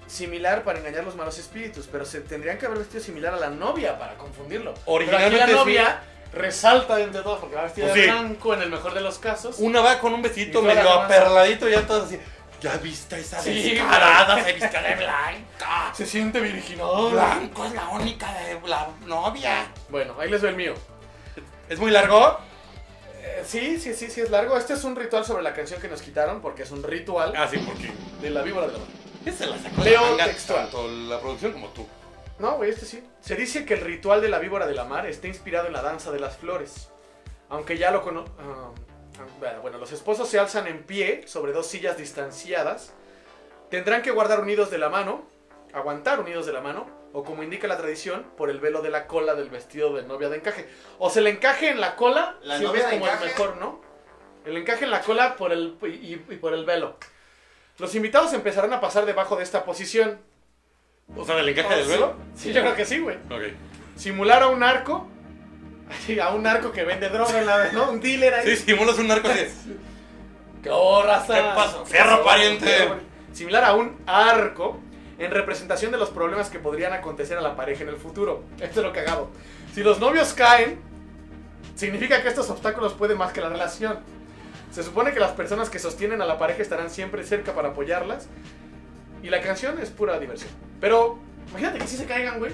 similar para engañar los malos espíritus, pero se tendrían que haber vestido similar a la novia para confundirlo. Originalmente pero aquí sí. la novia resalta dentro de todo porque va vestida Pues de sí. blanco en el mejor de los casos. Una va con un vestidito Y toda la medio demás. aperladito y ya todas así. Ya viste esa Sí, descarada, se vistió de blanca. Se siente virginal. Blanco es la única de la *laughs* novia. Bueno, ahí les doy el mío. ¿Es muy largo? Eh, sí, sí, sí, sí, es largo. Este es un ritual sobre la canción que nos quitaron porque es un ritual Ah, sí, porque de la víbora de la mano. esa la sacó de Leo la manga textual. tanto la producción como tú. No, güey, este sí. Se dice que el ritual de la víbora de la mar está inspirado en la danza de las flores. Aunque ya lo cono... ah, ah, bueno, los esposos se alzan en pie sobre dos sillas distanciadas. Tendrán que guardar unidos de la mano, aguantar unidos de la mano, o como indica la tradición, por el velo de la cola del vestido de novia de encaje. O se le encaje en la cola, La siempre novia es de como el encaje. mejor, ¿no? El encaje en la cola por el, y, y por el velo. Los invitados empezarán a pasar debajo de esta posición. ¿Oh, O sea, del encaje del Sí. velo. Sí, yo creo que sí, güey Ah, Ok. simular a un arco, así, a un arco que vende droga en la ¿no? Un dealer ahí. Sí, simulas un narco de. ¿Qué oh, raza? ¿Qué pasó? Fierro, pariente. Similar a un arco en representación de los problemas que podrían acontecer a la pareja en el futuro. Esto es lo cagado. Si los novios caen, Significa que estos obstáculos pueden más que la relación. Se supone que las personas que sostienen a la pareja estarán siempre cerca para apoyarlas. Y la canción es pura diversión. Pero imagínate que si se caigan, güey.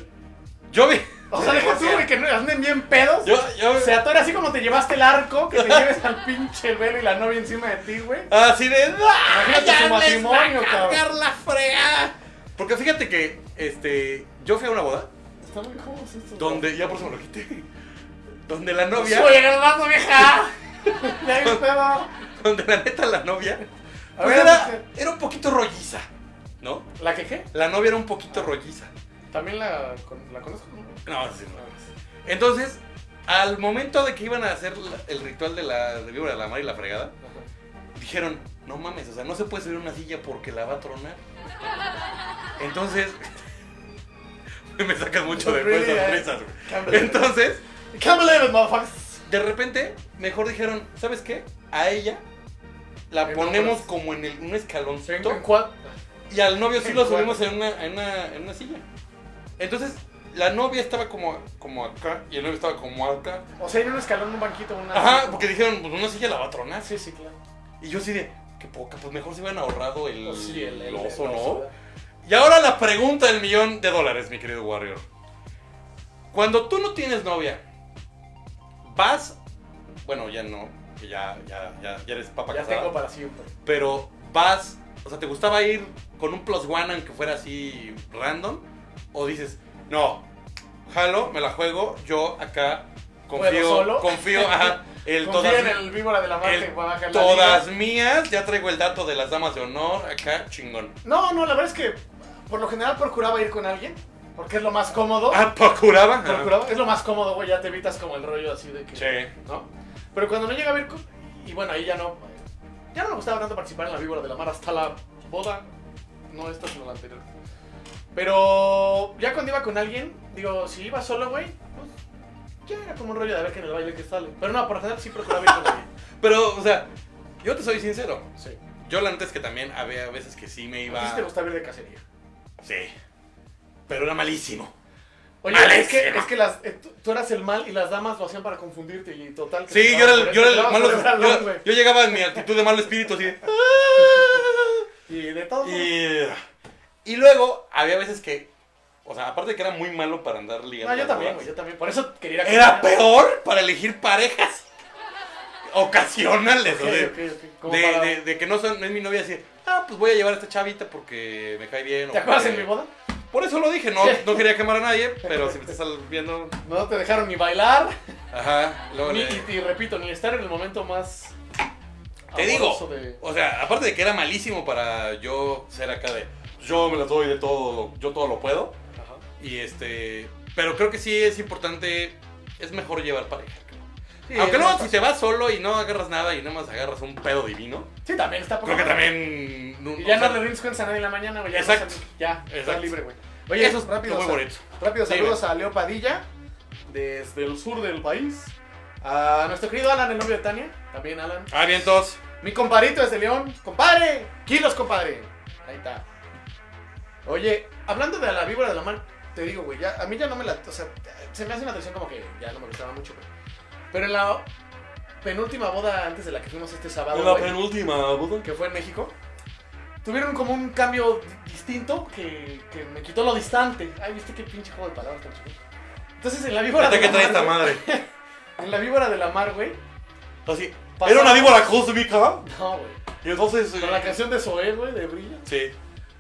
Yo vi. O sea, deja tú, güey, que no anden bien pedos. Yo, yo. Se atora así como te llevaste el arco, que te lleves al pinche velo y la novia encima de ti, güey. Así de. ¡Ah, Imagínate ya su les va a matrimonio, cabrón. cargar la fregada. Porque fíjate que, este. Yo fui a una boda Está muy cómodo esto. donde. Ya por eso me lo quité. *laughs* Donde la Oye, novia. grabando, vieja. *laughs* Ya hay un pedo. Donde la neta la novia. A pues ver, era, mujer. era un poquito rolliza, ¿no? ¿La que qué? La novia era un poquito rolliza. También la, con- la conozco, ¿no? No, sí, no. no. Entonces, al momento de que iban a hacer la- el ritual de la de víbora de la mar y la fregada, dijeron, no mames, o sea, no se puede subir a una silla porque la va a tronar. Entonces, *laughs* me sacas mucho de Really, esas eh. risas, güey. Can't believe it. Entonces, Can't believe it, motherfuckers. de repente, mejor dijeron, ¿sabes qué? A ella la En ponemos hombros. como en el- un escaloncito ¿En cuál? y al novio sí en lo cuatro. subimos en una, en una, en una silla. Entonces, la novia estaba como, como acá y el novio estaba como acá. O sea, en un escalón, un banquito, una. Ah, Ajá, porque dijeron, pues una silla la va a tronar. Sí, sí, claro. Y yo así de, qué poca, pues mejor se hubieran ahorrado el, el oso, Pues el ¿no? oso, Y ahora la pregunta del millón de dólares, mi querido Warrior. Cuando tú no tienes novia, vas. Bueno, ya no, que ya, ya, ya, ya eres papa Ya casada. tengo para siempre. Pero vas. O sea, ¿te gustaba ir con un plus one aunque fuera así random? ¿O dices, no, jalo, me la juego, yo acá confío. solo? Confío, ajá. *laughs* El Confía todas, en el víbora de la mar el que va a bajar la todas liga. mías, ya traigo el dato de las damas de honor, acá, chingón. No, no, la verdad es que por lo general procuraba ir con alguien. Porque es lo más cómodo. Ah, procuraba. Ajá. Procuraba- Es lo más cómodo, güey. Ya te evitas como el rollo así de que. Sí. ¿no? Pero cuando no llega a ver. co- Y bueno, ahí ya no. Ya no me gustaba tanto participar en la víbora de la mar hasta la boda. No esta, sino la anterior. Pero ya cuando iba con alguien, digo, si iba solo, güey, pues ya era como un rollo de ver que en el baile que sale. Pero no, por lo general sí procuraba ir *laughs* con alguien. Pero, o sea, yo te soy sincero. Sí. Yo la neta es que también había veces que sí me ¿A ti iba. sí te gustaba ir de cacería? Sí. Pero era malísimo. Oye, es que, es que las, eh, tú, tú eras el mal y las damas lo hacían para confundirte y total. que te Sí, yo era el, clavas yo por era el- el te malo. clavas por el balón, Yo, güey. yo llegaba en mi actitud de malo espíritu así. de, "Ah". Y de ah, todo. Y, y luego había veces que. O sea, aparte de que era muy malo para andar ligando. No, yo las también, güey, bodas, yo también. Por eso quería ir a Era cocinar. peor para elegir parejas ocasionales. o Ok, sea, ok, ok. Como De, para- de- de que no, son, no es mi novia así, ah, pues voy a llevar a esta chavita porque me cae bien. o ¿Te acuerdas porque- en mi boda? Por eso lo dije, no, *laughs* Sí. no quería quemar a nadie, pero si me estás viendo, No te dejaron ni bailar, ajá, luego ni, le- y, y repito, ni estar en el momento más. Te amoroso digo, de- o sea, aparte de que era malísimo para yo ser acá de, "Pues yo me las doy de todo, yo todo lo puedo, Ajá. y este, pero creo que sí es importante, es mejor llevar pareja. creo. Sí, Aunque es luego más si fácil. te vas solo y no agarras nada y nada más agarras un pedo divino, Sí, también está poco. creo que también... no- Y ya o sea, no le rindes cuentas a nadie en la mañana, güey. Ya, no Exacto. sal- ya está Exacto. libre, güey. Oye, eso es rápido, muy sal- bonito. Rápido, Dime. saludos a Leo Padilla, desde el sur del país. A nuestro querido Alan, el novio de Tania. También, Alan. Ah, bien, todos. Mi compadrito desde León. ¡Compadre! ¡Kilos, compadre! Ahí está. Oye, hablando de la víbora de la mar, te digo, güey, ya, a mí ya no me la. O sea, se me hace una atención como que ya no me gustaba mucho, güey. Pero en la penúltima boda antes de la que fuimos este sábado. güey, penúltima boda. que fue en México, tuvieron como un cambio di- distinto que, que me quitó lo distante. Ay, viste qué pinche juego de palabras tan chido. Entonces en la víbora Fíjate de que la trae esta mar, *laughs* madre. güey, en la víbora de la mar, güey. Así. Pasaba- Era una víbora cósmica. No, güey. Y entonces. Con eh, la canción de Zoé, güey, de Brilla. Sí.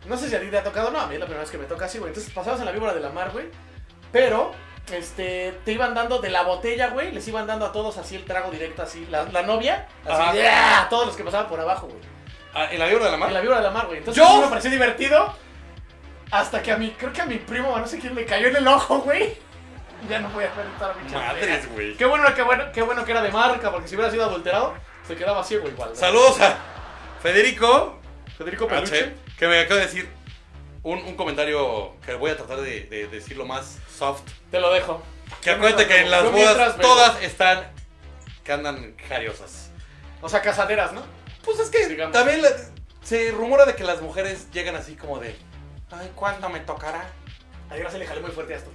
No sé si a ti te ha tocado, no, a mí es la primera vez que me toca así, güey. Entonces pasabas en la víbora de la mar, güey. Pero, este, te iban dando de la botella, güey. Les iban dando a todos así el trago directo, así. La, la novia, Ajá. así, ¡ya! a todos los que pasaban por abajo, güey. Ah, ¿En la víbora de la mar? En la víbora de la mar, güey. Entonces ¿Yo? a mí me pareció divertido. Hasta que a mi, creo que a mi primo, o no sé quién, le cayó en el ojo, güey. Ya no voy a ver toda la pinche Madres, botella. güey. Qué bueno, qué bueno, qué bueno que era de marca, porque si hubiera sido adulterado, se quedaba ciego igual. güey. Saludos a Federico. Federico H, Peluche. que me acaba de decir un, un comentario que voy a tratar de, de decir lo más soft. Te lo dejo. Que acuérdate que en las Yo mientras bodas veo. todas están. que andan jariosas. O sea, casaderas, ¿no? Pues es que Digamos. también la- se rumora de que las mujeres llegan así como de. Ay, ¿cuándo me tocará? *laughs* Además se le jalé muy fuerte a esto.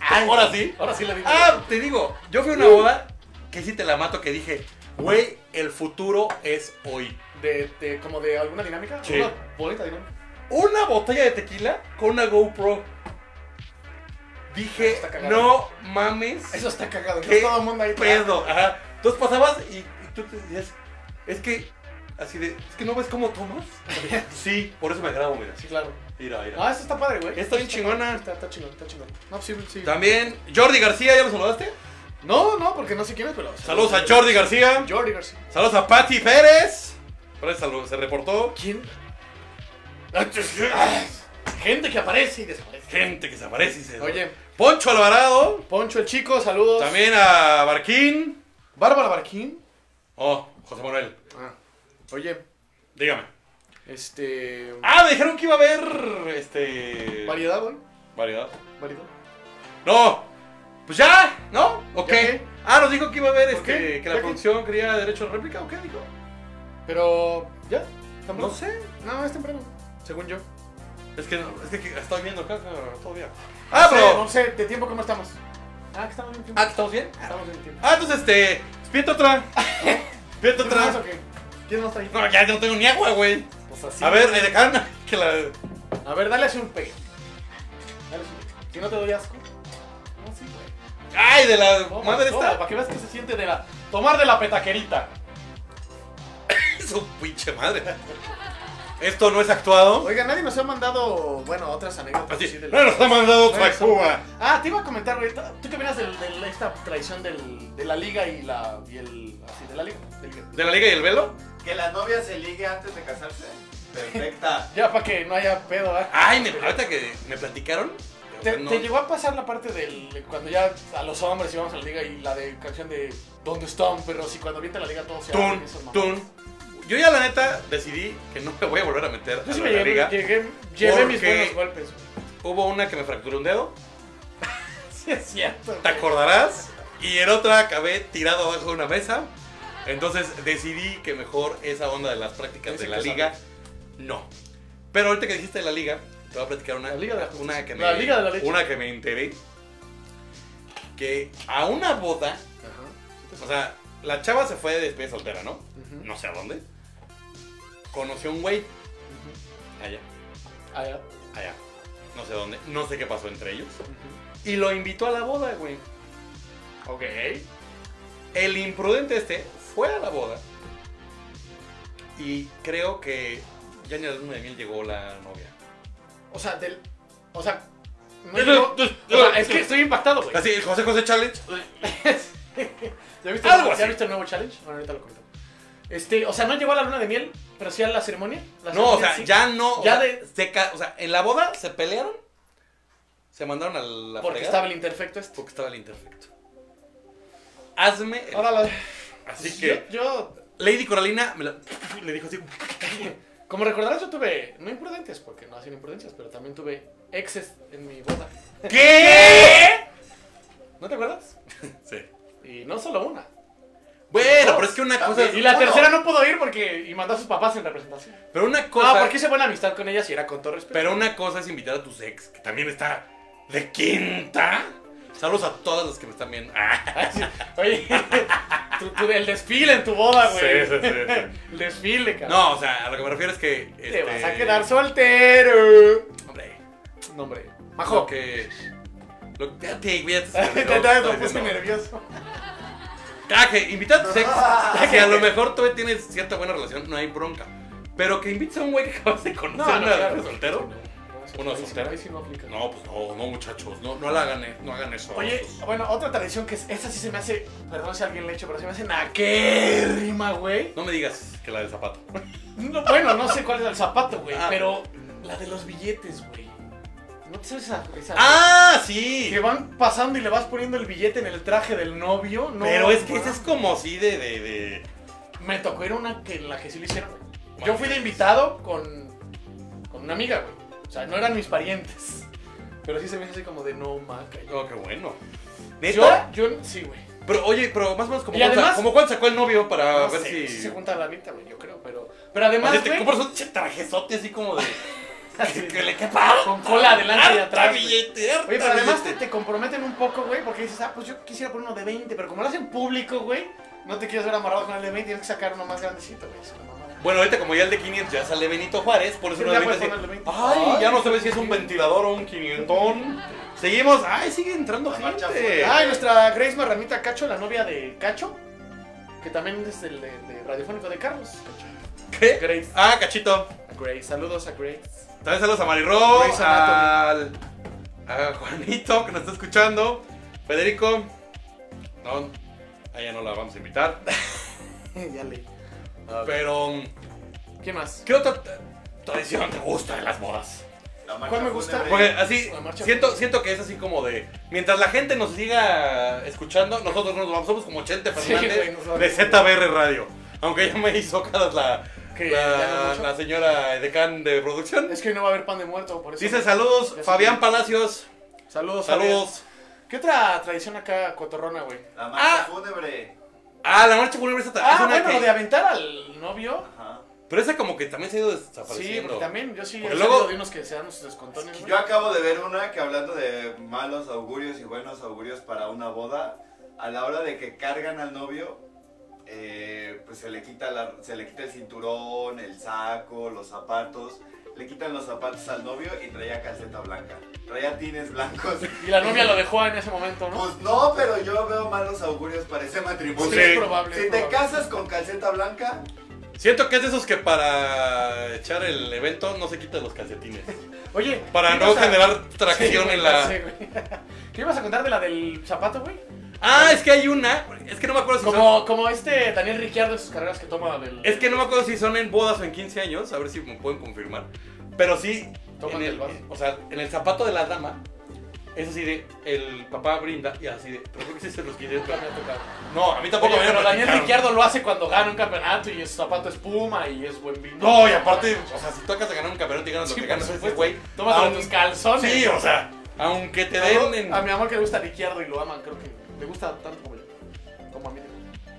Ahora sí. Ahora sí le di. Ah, te digo, yo fui a una boda que sí te la mato que dije, güey, el futuro es hoy. De, de- como de alguna dinámica. Sí. Una bonita dinámica. Una botella de tequila con una GoPro. Dije, Está cagado. no mames. Eso está cagado. ¿Qué entonces todo el mundo ahí. pedo. Ajá. Entonces pasabas y, y tú te decías, es que, así de, es que no ves cómo tomas. *laughs* sí, por eso me grabo, mira. Sí, claro. Mira, mira. Ah, esto está padre, güey. Está bien chingona. Está, está chingón, está chingón. No, sí, sí. También, Jordi García, ¿ya lo saludaste? No, no, porque no sé quién es, pero. Saludos a Jordi García. Jordi García. Saludos a Patti Pérez. Por eso saludos, se reportó. ¿Quién? Ah, Gente que aparece y desaparece. Gente que se aparece y se... Oye, Poncho Alvarado. Poncho el Chico, saludos. También a Barquín. Bárbara Barquín. Oh, José Manuel. Ah, oye, Dígame. este. Ah, me dijeron que iba a haber. Este. Variedad, güey. Variedad. Variedad. No. Pues ya, ¿no? ¿O ¿Ya qué? qué? Ah, nos dijo que iba a haber ¿Por este. qué? Que ¿Ya la qué? producción quería derecho de réplica o qué dijo. Pero. ¿Ya? ¿Temprano? No sé. No, es temprano. Según yo. Es que, no- es que estoy viendo acá claro, todavía. Ah, No sé, pero. No sé, de tiempo, ¿cómo estamos? Ah, que estamos en tiempo. Ah, ¿estamos bien? Estamos en tiempo. Ah, entonces este. Piente *laughs* otra. Piente ¿Quién más o otra. qué? ¿Quién más está ahí? No, ya no tengo ni agua, güey. Pues así. A ver, de carne. Que la. A ver, dale así un pegue. Dale así un pegue. Si no te doy asco. No, sí, güey. Ay, de la Toma, madre toma, está. Para que veas que se siente de la. Tomar de la petaquerita. *laughs* Su pinche madre. Esto no es actuado. Oiga, nadie nos ha mandado, bueno, otras anécdotas. Así. así de la- No Ah, nos ha mandado Bueno, otra eso- Cuba. Ah, te iba a comentar, güey. ¿Tú qué opinas del- de esta traición del, de la liga y la. y el. así, de la liga? del- ¿De la liga y el velo? Que la novia se ligue antes de casarse. Perfecta. ya para que no haya pedo, ¿eh? Ay, me, ahorita que me platicaron. ¿Te, no, te llegó a pasar la parte del. cuando ya a los hombres íbamos a la liga y la de canción de. ¿Dónde están, perros? Y cuando viene la liga todos se abren, Tun, esos mamones. tun. Yo ya la neta decidí que no me voy a volver a meter Yo a sí la me llevé, liga. llegué- llevé mis Porque- buenos golpes. güey. Hubo una que me fracturó un dedo, *laughs* Sí, es cierto. te acordarás, y en otra acabé tirado abajo de una mesa. Entonces decidí que mejor esa onda de las prácticas Ese de la que liga, no. Pero ahorita que dijiste de la liga, te voy a platicar una, La liga de la justicia. una que me, La liga de la leche. una que me enteré. Que a una boda, o sea, la chava se fue de despedida soltera, ¿no? Ujú. no sé a dónde, conoció a un güey. Allá, Ah, ya. allá. No sé dónde, no sé qué pasó entre ellos. Ujú. Y lo invitó a la boda, güey. Ok. El imprudente este fue a la boda. Y creo que ya ni a la luna de miel llegó la novia. O sea, del. O sea. no Eh, llegó- eh, o sea, es que estoy impactado, güey. Así, Ah, el José José Challenge. *laughs* ¿Ya viste, Algo el, así. ¿Ya viste el nuevo challenge? Bueno, ahorita lo comentamos. Este, o sea, no llegó a la luna de miel, pero sí a la ceremonia. La No, o ceremonia sea, sí. ya no. o Ya sea, de- se ca- o sea, en la boda se pelearon. Se mandaron a la Porque fregada, estaba el imperfecto este. porque estaba el imperfecto. Hazme. el- Ahora la. Así que. Yo, Lady Coralina me la- *laughs* le dijo así. yo- Como recordarás, yo tuve. No imprudentes, porque no hacían imprudencias, pero también tuve exes en mi boda. ¿Qué? ¿No te acuerdas? *laughs* Sí. Y no solo una. Bueno, pero es que una cosa. También. es- Y la Bueno. tercera no pudo ir porque. Y mandó a sus papás en representación. Pero una cosa. No, porque hice buena amistad con ellas y era con todo respeto. Pero una cosa es invitar a tus ex, que también está de quinta. Saludos a todas las que me están viendo. *laughs* Ah, *laughs* Oye, tu- tu- el desfile en tu boda, Ah, güey. Sí, sí, sí, *laughs* sí. El desfile, cabrón. No, o sea, a lo que me refiero es que. Te este, vas a quedar soltero. Hombre. No, hombre. Lo *laughs* Majo. que. Lo que. Ya te, *laughs* ya te- Te te- te- te- te puse no. nervioso. Ah, que invitar a tus *laughs* ex, que a lo mejor tú tienes cierta buena relación, no hay bronca. Pero que invites a un güey que acabas de conocer, una- claro. soltero. Uno Ahí sí- soltero. ahí sí no aplica. No, pues no, no muchachos, no, no la hagan, eh, no hagan eso. Oye, bueno, otra tradición que es, esa sí se me hace, perdón si alguien le echo, pero se me hace naquérrima, güey. no me digas que la del *laughs* zapato. No, bueno, no sé cuál es el zapato, güey, Ah. pero la de los billetes, güey. ¿No te sabes esa? esa- Ah, sí. Que van pasando y le vas poniendo el billete en el traje del novio. No, Pero es que mames. ese es como así de, de, de- Me tocó ir a una que en la que sí lo hicieron, güey. Yo fui de invitado con, con una amiga, güey. O sea, no eran mis parientes. Pero sí se me hizo así como de no maca. Yo, Oh, qué bueno. yo, ¿Neta? yo- sí, güey. Pero, oye, pero más o menos como, Y cuánto- además- como cuánto sacó el novio para No ver sé, si... sí se junta la mitad, güey, yo creo, pero. Pero además, Oye, te güey. *laughs* compras un pinche trajezote así como de... ¿Qué, qué, le- qué paro? Con cola adelante y Harta atrás, güey. billete, harta Oye, pero además te, billete. te comprometen un poco, güey, porque dices, ah, pues yo quisiera poner uno de 20, pero como lo hacen público, güey, no te quieres ver amarrado con el de 20, tienes que sacar uno más grandecito, güey. es una mamada. Bueno, ahorita como ya el de 500 ya sale Benito Juárez, por eso Sí, no ya le puedes metes- ponerle 20. Ay, ya Ay, no sabes si es un ventilador o un quinientón. Seguimos. Ay, sigue entrando La marcha gente. fue- Ah, y nuestra Grace Marranita Cacho, la novia de Cacho, que también es el de, de radiofónico de Carlos. ¿Qué? Grace. Ah, cachito. A Grace, saludos a Grace. También saludos a Marirro, Grey's al, Anatomy. a Juanito que nos está escuchando, Federico. No, a ella no la vamos a invitar. *laughs* ya le. Ah, Pero, ¿Qué más? ¿qué otra t- tradición te gusta de las bodas? La marcha ¿Cuál me gusta? fúnebre. Porque así, La marcha siento, siento que es así como de. Mientras la gente nos siga escuchando, nosotros nos vamos. Somos como 80 Sí, güey, Fernández nos vamos. de ZBR Radio. Aunque ya me hizo caras la, ¿Qué? ¿Ya no la, mucho? la señora Decán de producción. Es que hoy no va a haber pan de muerto, por eso. Dice saludos, Ya se Fabián fue. Palacios. Saludos, Fabián. Saludos. ¿Qué otra tradición acá cotorrona, güey? La marcha Ah. fúnebre. Ah, la marcha fúnebre esa ta- es Ah, una bueno, que- lo de aventar al novio. Ajá. Pero esa como que también se ha ido Sí, desapareciendo. porque también yo sí he Porque luego- sabido de unos que se dan sus descontones. güey. Yo acabo de ver una que hablando de malos augurios y buenos augurios para una boda, a la hora de que cargan al novio, eh, pues se le, quita la- se le quita el cinturón, el saco, los zapatos. Le quitan los zapatos al novio y traía calceta blanca. Traía tines *laughs* blancos. Y la novia lo dejó en ese momento, ¿no? Pues no, pero yo veo malos augurios para ese matrimonio. Pues Sí, es probable, si es te probable. casas con calceta blanca, Siento que es de esos que para echar el evento no se quitan los calcetines. Oye, Para ¿qué no ibas a- generar tracción Sí, en güey, la. ya sé, güey. ¿Qué ibas a contar de la del zapato, güey? Ah, es que hay una. Es que no me acuerdo si son. Como, como este Daniel Ricciardo en sus carreras que toma del. Es que no me acuerdo si son en bodas o en 15 años. A ver si me pueden confirmar. Pero sí. Toman en del el, vaso. o sea, en el zapato de la dama. Es así de. El papá brinda y así de. Pero creo que sí se los quité. Nunca me ha tocado. No, a mí tampoco Oye, me pero habían Daniel platicado. Ricciardo lo hace cuando gana un campeonato y es zapato es puma y es buen vino. No, y aparte, o sea, si tocas a ganar un campeonato y ganas Sí, lo que por ganas, supuesto. güey. Tómatelo en aun- tus calzones. Sí, o sea, aunque te Saludo den en- A mi amor que le gusta Ricciardo y lo aman, creo que le gusta tanto como yo. Como a mí.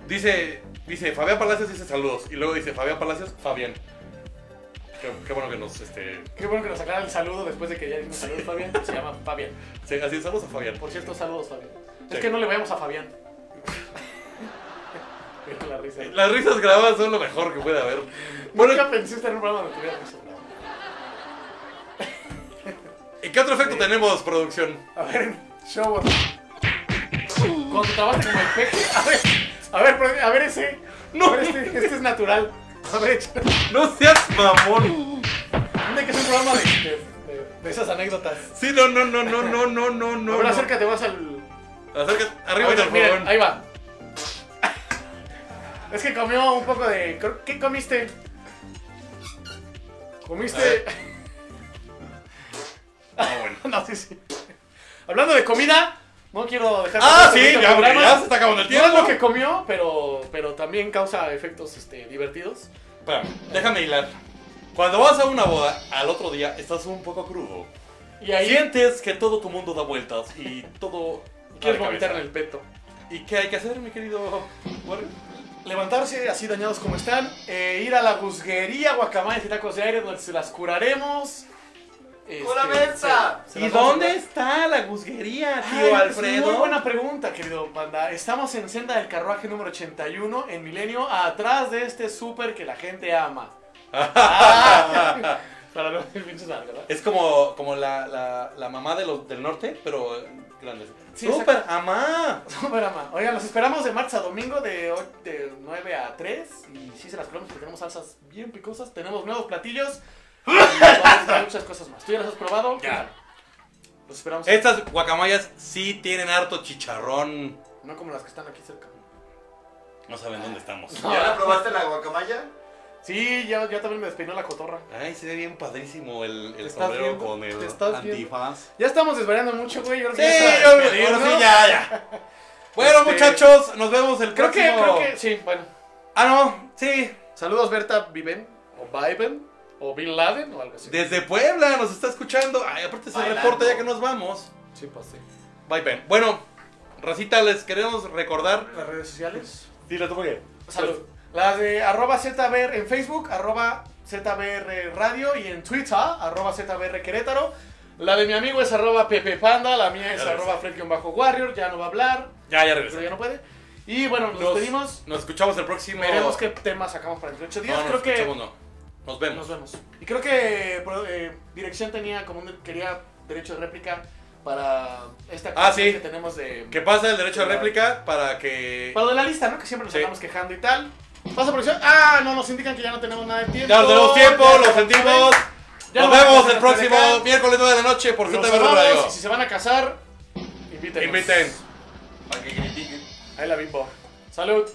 Dice, dice Fabián Palacios dice saludos. Y luego dice Fabián Palacios, Fabián. Qué, qué bueno que nos, este... Qué bueno que nos sacaran el saludo después de que ya dimos saludos, Fabián. Se llama Fabián. se- Así saludos a Fabián. Por cierto, saludos, Fabián. Sí. Es que no le vayamos a Fabián. *laughs* Mira la risa. Las risas grabadas son lo mejor que puede haber. Bueno, Nunca pensé estar en un programa donde tuviera risa. ¿no? ¿y qué otro efecto tenemos, producción? A ver, show. Cuando trabajas como el peje. A ver, a ver, profe, a ver ese. No. A ver, este, este es natural. A ver, échale. No seas mamón. Dime que es un programa de, de- de- de esas anécdotas. Sí, no, no, no, no, no, no, no, no. Ahora no. acércate, vas al. Acércate, A arriba ver, del miren, fogón. Ahí va. Es que comió un poco de. creo- ¿Qué comiste? Comiste. Ah, bueno. *laughs* no, sí, sí. Hablando de comida, no quiero dejar. Ah, pasar sí, este ya, porque programa. ya se está acabando el No es tiempo. lo que comió, pero, pero también causa efectos este, divertidos. Espérame, déjame hilar. Cuando vas a una boda, al otro día estás un poco crudo. Y ahí Sientes que todo tu mundo da vueltas y todo... quieres da de vomitar cabeza. en el peto. ¿Y qué hay que hacer, mi querido Warren? Levantarse así dañados como están, eh, ir a la guzguería, guacamayas y tacos de aire donde se las curaremos. Este, ¡Juramenta! se- se ¿Y las vamos a dónde curar. está la guzguería, Ay, tío es Alfredo? Muy buena pregunta, querido panda. Estamos en senda del carruaje número 81 en Milenio, atrás de este súper que la gente *laughs* ama. Ah, *laughs* para no decir pinches marcas, ¿verdad? Es como, como la, la, la mamá de los, del norte, pero eh, grande. Sí, ¡Súper, amá! Súper ama. Oigan, los esperamos de marzo a domingo de, o- de 9 a 3. Y sí se las probamos porque tenemos salsas bien picosas. Tenemos nuevos platillos. y vamos a muchas cosas más. ¿Tú ya las has probado? Pues, Ya. Los esperamos. Estas guacamayas sí tienen harto chicharrón. No como las que están aquí cerca. No saben dónde estamos. ¿ya la probaste la guacamaya? Sí, ya, ya también me despeinó la cotorra. Ay, se ve bien padrísimo el, ¿Te el estás sombrero viendo? con el ¿Te estás viendo? antifaz. Ya estamos desvariando mucho, güey. Yo creo Sí, que ya es yo, hora de ahora sí, despedirnos. ya, ya. Bueno, Este- muchachos, nos vemos el Creo que, próximo... creo que, sí, bueno. Ah, no, sí. Saludos, Berta Viven, o Viven, o Bin Laden, o algo así. Desde Puebla nos está escuchando. Ay, aparte se Bailando. reporta ya que nos vamos. Sí, pues sí. Bye, Ben. Bueno, Racita, les queremos recordar. Las redes sociales. Dile tú por qué. Salud. Las de arroba ZBer en Facebook, arroba ZBR Radio y en Twitter, arroba ZBR Querétaro. La de mi amigo es arroba Pepe Panda, la mía es Ya arroba bajo warrior ya no va a hablar, Ya, ya pero regresamos. ya no puede. Y bueno, nos Nos- despedimos. Nos escuchamos el próximo. Veremos qué tema sacamos para dentro de 8 días. No, nos creo que escuchamos, no. Nos vemos. nos vemos. Y creo que pro- eh, dirección tenía como un- quería derecho de réplica para esta Ah, sí. que tenemos de Que pasa el derecho de réplica para que. para lo de la lista, ¿no? Que siempre nos Sí. estamos quejando y tal. Pasa producción. Ah, no, nos indican que ya no tenemos nada de tiempo. Ya nos tenemos tiempo, Ya, lo ya, sentimos. ya nos lo vamos vemos a el hacer próximo acá. miércoles 9 de la noche por Los ZBR amamos, Radio. y si se van a casar, inviten. Inviten. Para que critiquen. Ahí la bimbo. Salud.